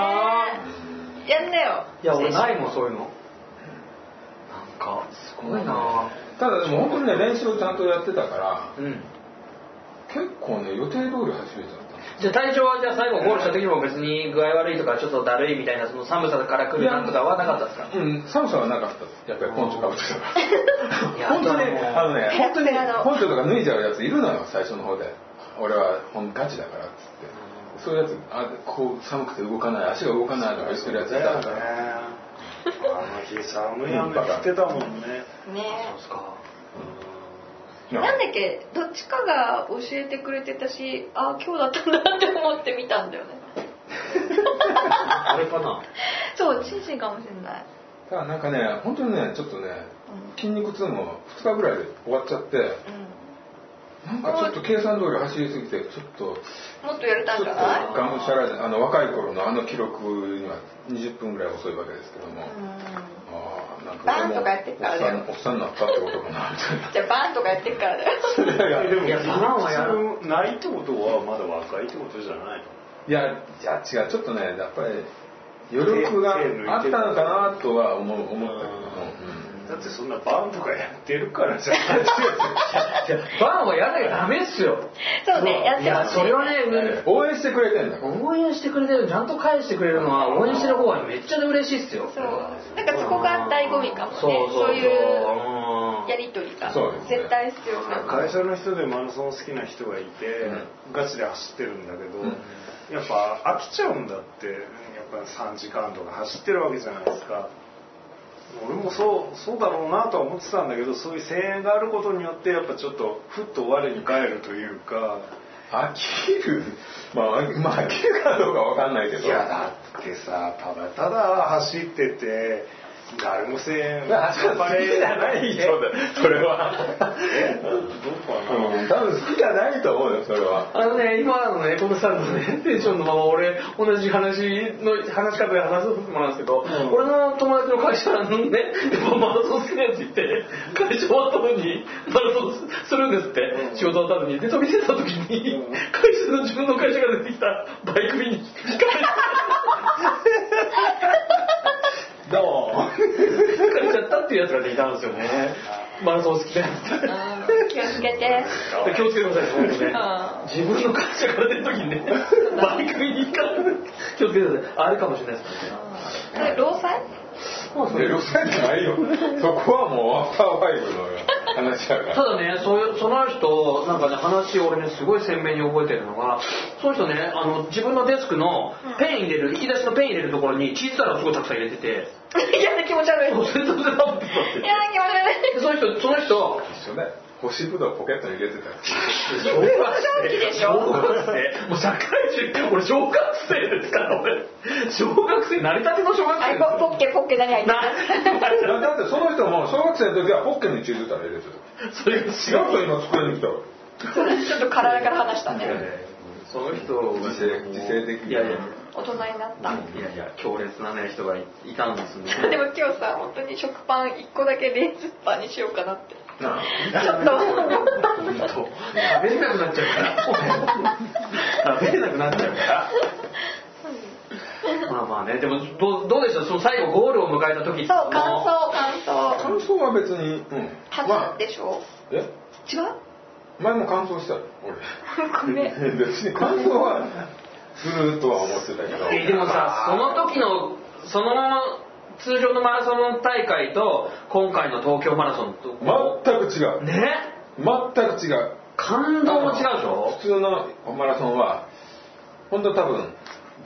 えやんなよいや俺ないもんそういうのなんかすごいなただでも本当にね練習をちゃんとやってたからうん結構ね予定通り走れちゃったじゃあ体調はじゃあ最後ゴールした時も別に具合悪いとかちょっとだるいみたいなその寒さから来るなんとかはなかったですかうん、寒さはなかったです。やっぱりポンチョかぶってたいやから。本当に、でもあのね、本当にあのポンチョとか脱いじゃうやついるのよ、最初の方で。俺はほんガチだからっつって。そういうやつ、あこう寒くて動かない、足が動かないとか言ってるやついだよたねから。あの日寒い雨降ってたもんねねそうっすかえなんだっけどっちかが教えてくれてたしあ今日だったんだって思って見たんだよねあれかなそうチンチンかもしれないただなんかね、本当にね、ちょっとね、筋肉痛も2日ぐらいで終わっちゃって、うなんかちょっと計算通り走りすぎて、ちょっと、んもっとやれたんじゃないがむしゃらで、あの若い頃のあの記録には20分ぐらい遅いわけですけども。うんあーなんかバーンとかやってっからだよおっさんになったってことかなみたいなじゃあバーンとかやってっからだよいや でもいやバナナはやる普通ないってことはまだ若いってことじゃないのいやいや違うちょっとねやっぱり余力があったのかなとは思う思ったけども、だってそんなバンとかやってるからじゃない バンはやらなきゃダメっすよそうねやっいてやほしいそれはねうんうん応援してくれてんだから応援してくれてるちゃんと返してくれるのは応援してる方はめっちゃ嬉しいっすよそうなんかそこが醍醐味かもねそうそうそうそういううんやりとりがそうですね絶対必要かも会社の人でマラソン好きな人がいて、ガチで走ってるんだけど、やっぱ飽きちゃうんだってやっぱ3時間とか走ってるわけじゃないですか俺もそうそうだろうなとは思ってたんだけどそういう声援があることによってやっぱちょっとふっと我に返るというか飽きるまあ、まあ、飽きるかどうかわかんないけどいやだってさただただ走ってて誰も声援好きじゃない人だそれは、えどこかな、うん、多分好きじゃないと思うよそれはあのね、今のね、このさんのね、テンションのまま俺、同じ話の、話し方で話すもらうんですけど、俺の友達の会社のね、やっぱマラソン好きなやついて、会社終わった後にマラソンするんですって、仕事終わった後に。で、飛び出た時に、会社の自分の会社から出てきたバイクに引っかどうかれちゃったっていうやつができたんですよね。マラソン好きなやつで。うん気をつけて気をつけてください、本当にね。う自分の会社から出る時に ね、バイクに引っかかる。気をつけてください。あるかもしれないですからね。んで労災エロサイじゃないよそこはもうアフターファイブの話だからただねそういうその人なんかね話を俺ねすごい鮮明に覚えてるのがその人ねあの自分のデスクのペン入れる引き出しのペン入れるところにチーズタラをすごいたくさん入れてて 嫌な気持ち悪いそれそれそれなんて言嫌な気持ち悪いったってでその人その人一緒ね干しぶどうポケットに入れてたよ小学生でしょ小学生もう社会人俺小学生ですから俺小学生成り立ての小学あ生れポポッケポッケ何入ってるだなだってその人も小学生の時はポッケにチーズたら入れてたそれが違違ううと今作りに来たわそれちょっと体から離したねその人が自制自制的にいやいや大人になったいやいや強烈なね人がいいたんですねでも今日さ本当に食パン1個だけレーズパンにしようかなってなあちょっと食べれなくなっちゃう から食べれなくなっちゃうからまあまあねでもどうどうでしょうその最後ゴールを迎迎えた時そう感の想感想感想は別に、うん、まあ初でしょえ違う前も感想したよごめん俺別に感想はするとは思ってたけどえでもさその時のそのまま通常のマラソン大会と今回の東京マラソンと全く違うね全く違う感動も違うでしょ普通のマラソンは本当多分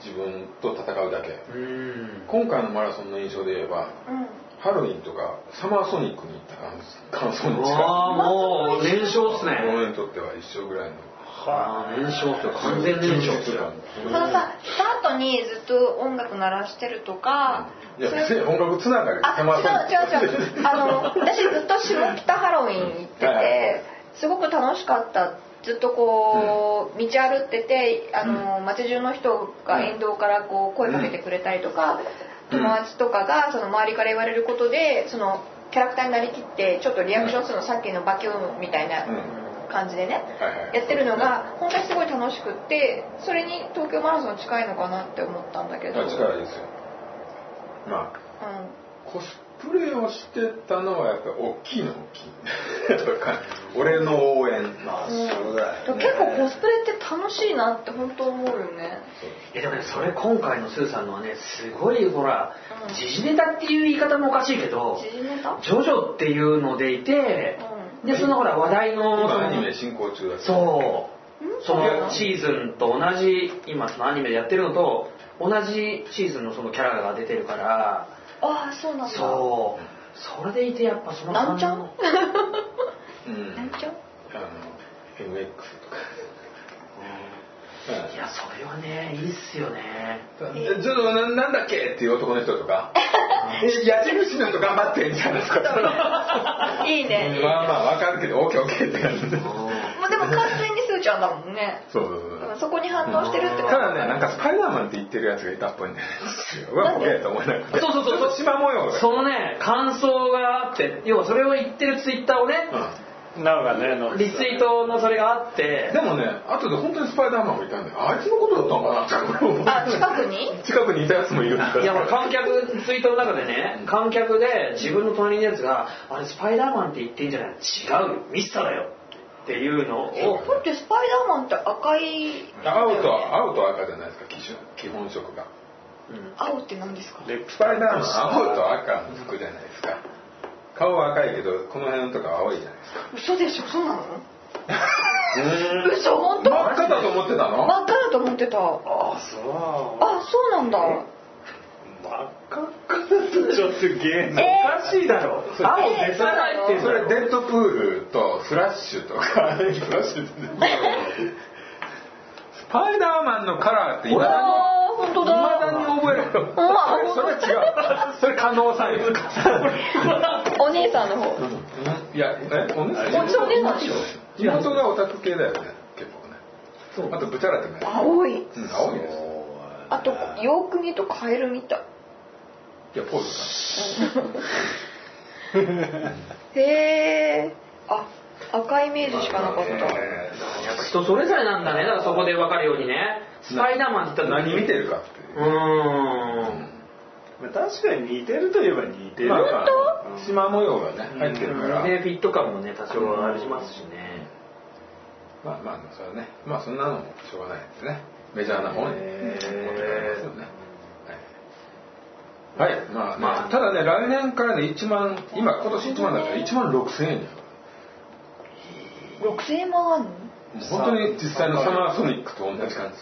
自分と戦うだけうん今回のマラソンの印象で言えばうんハロウィンとかサマーソニックに行った感感想に近いああもう燃焼っすね俺にとっては一生ぐらいのあー燃焼っすよ完全燃焼っすよそのさスタートにずっと音楽鳴らしてるとか、いやそう別に音楽つながりあ違う違う違うあの私ずっと下北ハロウィン行ってて、はいはいすごく楽しかったずっとこう、道歩っててあの、街中の人が沿道からこう声かけてくれたりとうんか、友達とかがその周りから言われることでそのキャラクターになりきってちょっとリアクションするの、さっきのバキューンみたいうんな感じでね、はいはいやってるのが本当にすごい楽しくってそれに東京マラソン近いのかなって思ったんだけど、うまあん、力ですよまあコスプレをしてたのはやっぱり大きいの大きいやっぱりか俺の応援まあそうだでも結構コスプレって楽しいなって本当思うよねいやでもねそれ今回のスーさんのはねすごいほらうん時事ネタっていう言い方もおかしいけど縮めたジョジョっていうのでいてうでそのほら話題のそ今のアニメ進行中だけどそうそのシーズンと同じ今そのアニメでやってるのと同じシーズンのそのキャラが出てるからああそうなんだそうそれでいてやっぱそのなんちゃんううんんなんちゃうあの MX と かいやそれはねいいっすよねうんちょっとななんだっけっていう男の人とかえ矢印の人頑張ってんじゃないですかいいねまあまあわかるけど OKOK って感じでもうでも完全にすーちゃんだもんねそうそうそううんそこに反応してるってことただねなんかスパイダーマンって言ってるやつがいたっぽいんですようわこれと思えなくてそうそうそうちょっと縞模様がそのね感想があって要はそれを言ってるツイッターをねなんかねのリツイートのそれがあっうてんでもね後で本当にスパイダーマンがいたんであいつのことだったのかなってあ近くに近くにいたやつもいるんだいやほら観客ツイートの中でね観客で自分の隣のやつが「あれスパイダーマンって言ってんじゃない違うよミスターだよ」っていうのをだってスパイダーマンって赤い青と青と赤じゃないですか基準基本色が青って何ですかレプスパイダーマン青と赤の服じゃないですか顔は赤いけどこの辺とかは青いじゃないですか嘘でしょそうなの嘘本当真っ赤だと思ってたの真っ赤だと思ってたあああそうそうなんだ真っ赤っかだとちょっとゲーなえおかしいだろそれ青出さないっていうそれデッドプールとスラッシュとかフラッシュって出てくるスパイダーマンのカラーっていまだにあー本当未だにだ覚えるのうわそれそれ違うそれ加納さんですお姉さんの方いやえお姉さんこっちお姉さんでしょ妹がオタク系だよね結構ねあとブチャラってね青ういん青いですあとよく見るとカエルみたいいやポーズへえあ赤いイメージしかなかっがた、やっぱ人それぞれなんだねだからそこで分かるようにねスパイダーマンって言ったら何見てるかっていううーん確かに似てるといえば似てるまかあ縞模様がね入ってるからでフィット感もね多少ありますしねまあまあそれはねまあそんなのもしょうがないですねメジャーな方に持って帰りますよねはい、はいまあ、まあただね来年からね1万今今年1万だから1万6000円に6000円もあんのもう本当に実際のサマーソニックと同じ感じ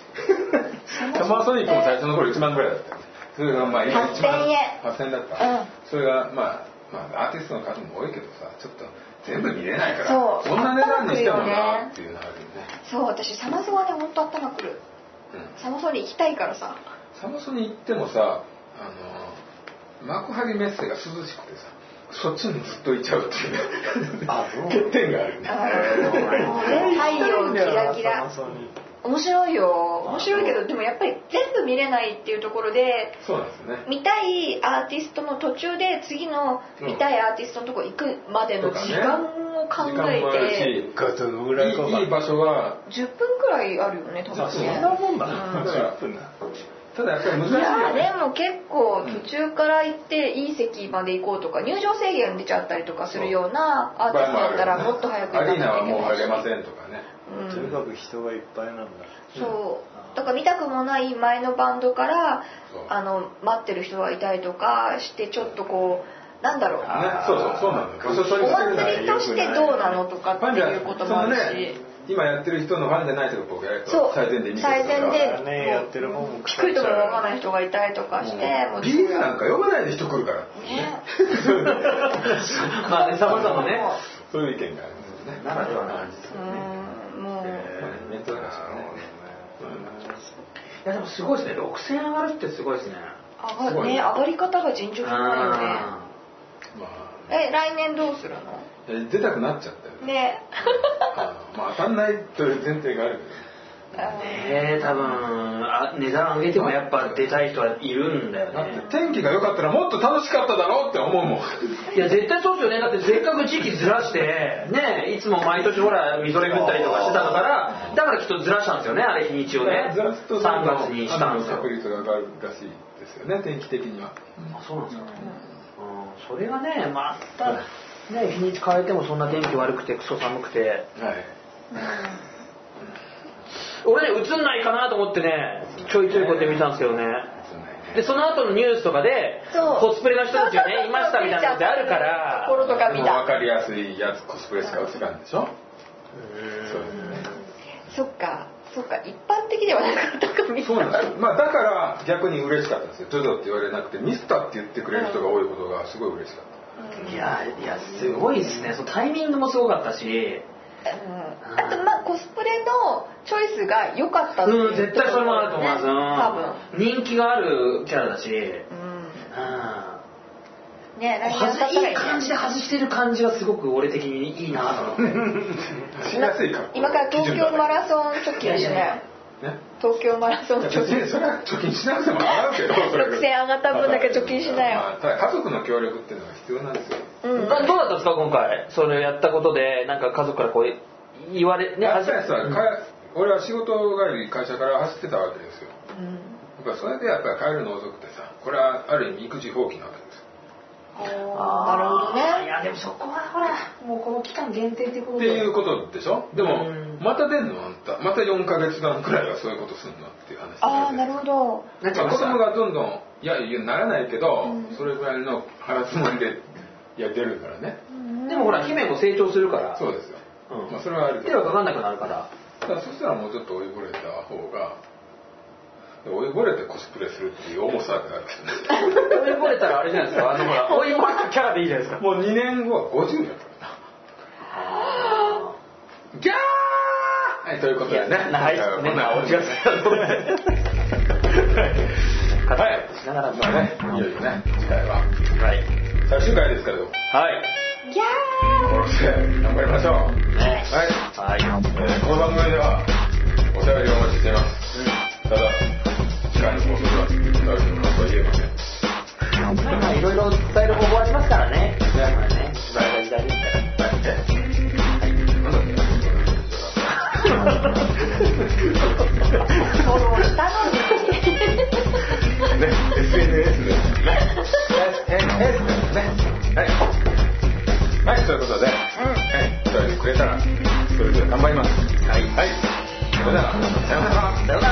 サマーソニックも最初の頃1万ぐらいだったよそれがまあ今1万8000円8000円だった、うんそれがまあまあアーティストの数も多いけどさちょっと全部見れないからそうこんな値段にしてもなっていうのがあるよねそう私サマソはね本当頭くるうんサマソに行きたいからさサマソに行ってもさあの幕張メッセが涼しくてさそっちにずっといちゃうっていうねあそう欠点があるねあーもうね太陽キラキラ面白いよ面白いけどでもやっぱり全部見れないっていうところでそうなんですよね見たいアーティストの途中で次の見たいアーティストのとこ行くまでの時間を考時間えもあるてしガトのい裏側いいい場所は10分くらいあるよね多分ねそんなもんだなな10 10分なただやっぱり難しいいやよねでも結構途中から行っていい席まで行こうとか入場制限出ちゃったりとかするようなアーティストだったらもっと早く行アかなリーきナゃはいけもうな入れまいしせんとかねうんとにかく人がいっぱいなんだそうだから見たくもない前のバンドからそうあの待ってる人がいたりとかしてちょっとこうなんだろうねそうそうそうなんだよお祭りとしてどうなのとかファっンてじゃいうこともあるそのねし今やってる人のファンじゃない人がこうやるそうと最善で見る最善でだからねやってる方も聞く人もわかんない人がいたりとかしてもうビーズなんか読まないで人来るからねまあねさまざまねそういう意見がありますよねならではの味ですよねうんもまうあイベントだからねいやでもすごいですね6000円上がるってすごいですね上が,、ね、上がり方が尋常じゃないよねまあえ来年どうするのえ出たくなっちゃったよねねあのまあ当たんないという前提があるけどあええ多分あ値段上げてもやっぱ出たい人はいるんだよだねって天気が良かったらもっと楽しかっただろうって思うもんいや絶対そうですよねだってせっかく時期ずらしてねいつも毎年ほらみぞれ降ったりとかしてたのからだからきっとずらしたんですよねあれ日にちをねずらすと3月にしたんですよ雨の確率が上がるらしいですよね天気的にはあそうなんですか、うん、それがねまたね日にち変えてもそんな天気悪くてクソ寒くてはい俺ね映んないかなと思ってねちょいちょいこうやって見たんですけどねでその後のニュースとかでそうコスプレの人たちがねいましたみたいなのってあるからところとかも見うた分かりやすいやつコスプレしか映らんでしょそうですねそっかそっか一般的ではなかったかみたそうなんですよまあだから逆に嬉しかったんですよジョジョって言われなくてミスターって言ってくれる人が多いことがすごい嬉しかったいやいやすごいですねそのタイミングもすごかったしうんあとまあコスプレのチョイスが良かったっていううん絶対それもあると思います、ねうん人気があるキャラだし、うん多分うんこねう来年だっ外たらいい感じで外してる感じはすごく俺的にいいなと思ってしやすいから今から東京マラソン貯金しいやいやいね やね東京マラソンいや貯別金にそれは貯金しなくても払うけどそれは6000上がった分だけ貯金しなよまあただ家族の協力っていうのが必要なんですようんあどうだったんですか今回それをやったことでなんか家族からこう言われねやっぱり初さめか俺は仕事帰り会社から走ってたわけですよやっぱそれでやっぱり帰るの遅くてさこれはある意味育児放棄なわけですよなるほどあーいねやでもそこはほらもうこの期間限定ってことっていうことでしょでもうんまた出んのあんたまた4ヶ月間くらいはそういうことすんのっていう話ああなるほどなんかまあ子さ供がどんどんいやいやならないけど、うんそれぐらいの腹積もりでいや出るからねでもほら姫も成長するからそうですよ、うんまあそれはあるけ手がどかかんなくなるからだからそしたらもうちょっと追いぼれた方が追いぼれてコスプレするっていう重さがあるけどね追いぼれたらあれじゃないですかあのほら追いぼれたキャラでいいじゃないですかもう2年後は50年だからギャーはいということでねは今い回はこんなねお時間ですはいしながらもまあねいよいよね次回ははい最終回ですけれどもはいギャーこの試合頑張りましょうねはいはいえーこの番組ではおしゃべりをお待ちしています、ただ次回の放送では誰でも何とは言えませんまあいろいろ伝える方法ありますからねまあね時代が時代ですからなんだっけフォローしたの にね SNS でね SNS ですねはいはいということで、はい、お便りくれたらそれぞれ頑張りますはい、はい、それではさようならさようなら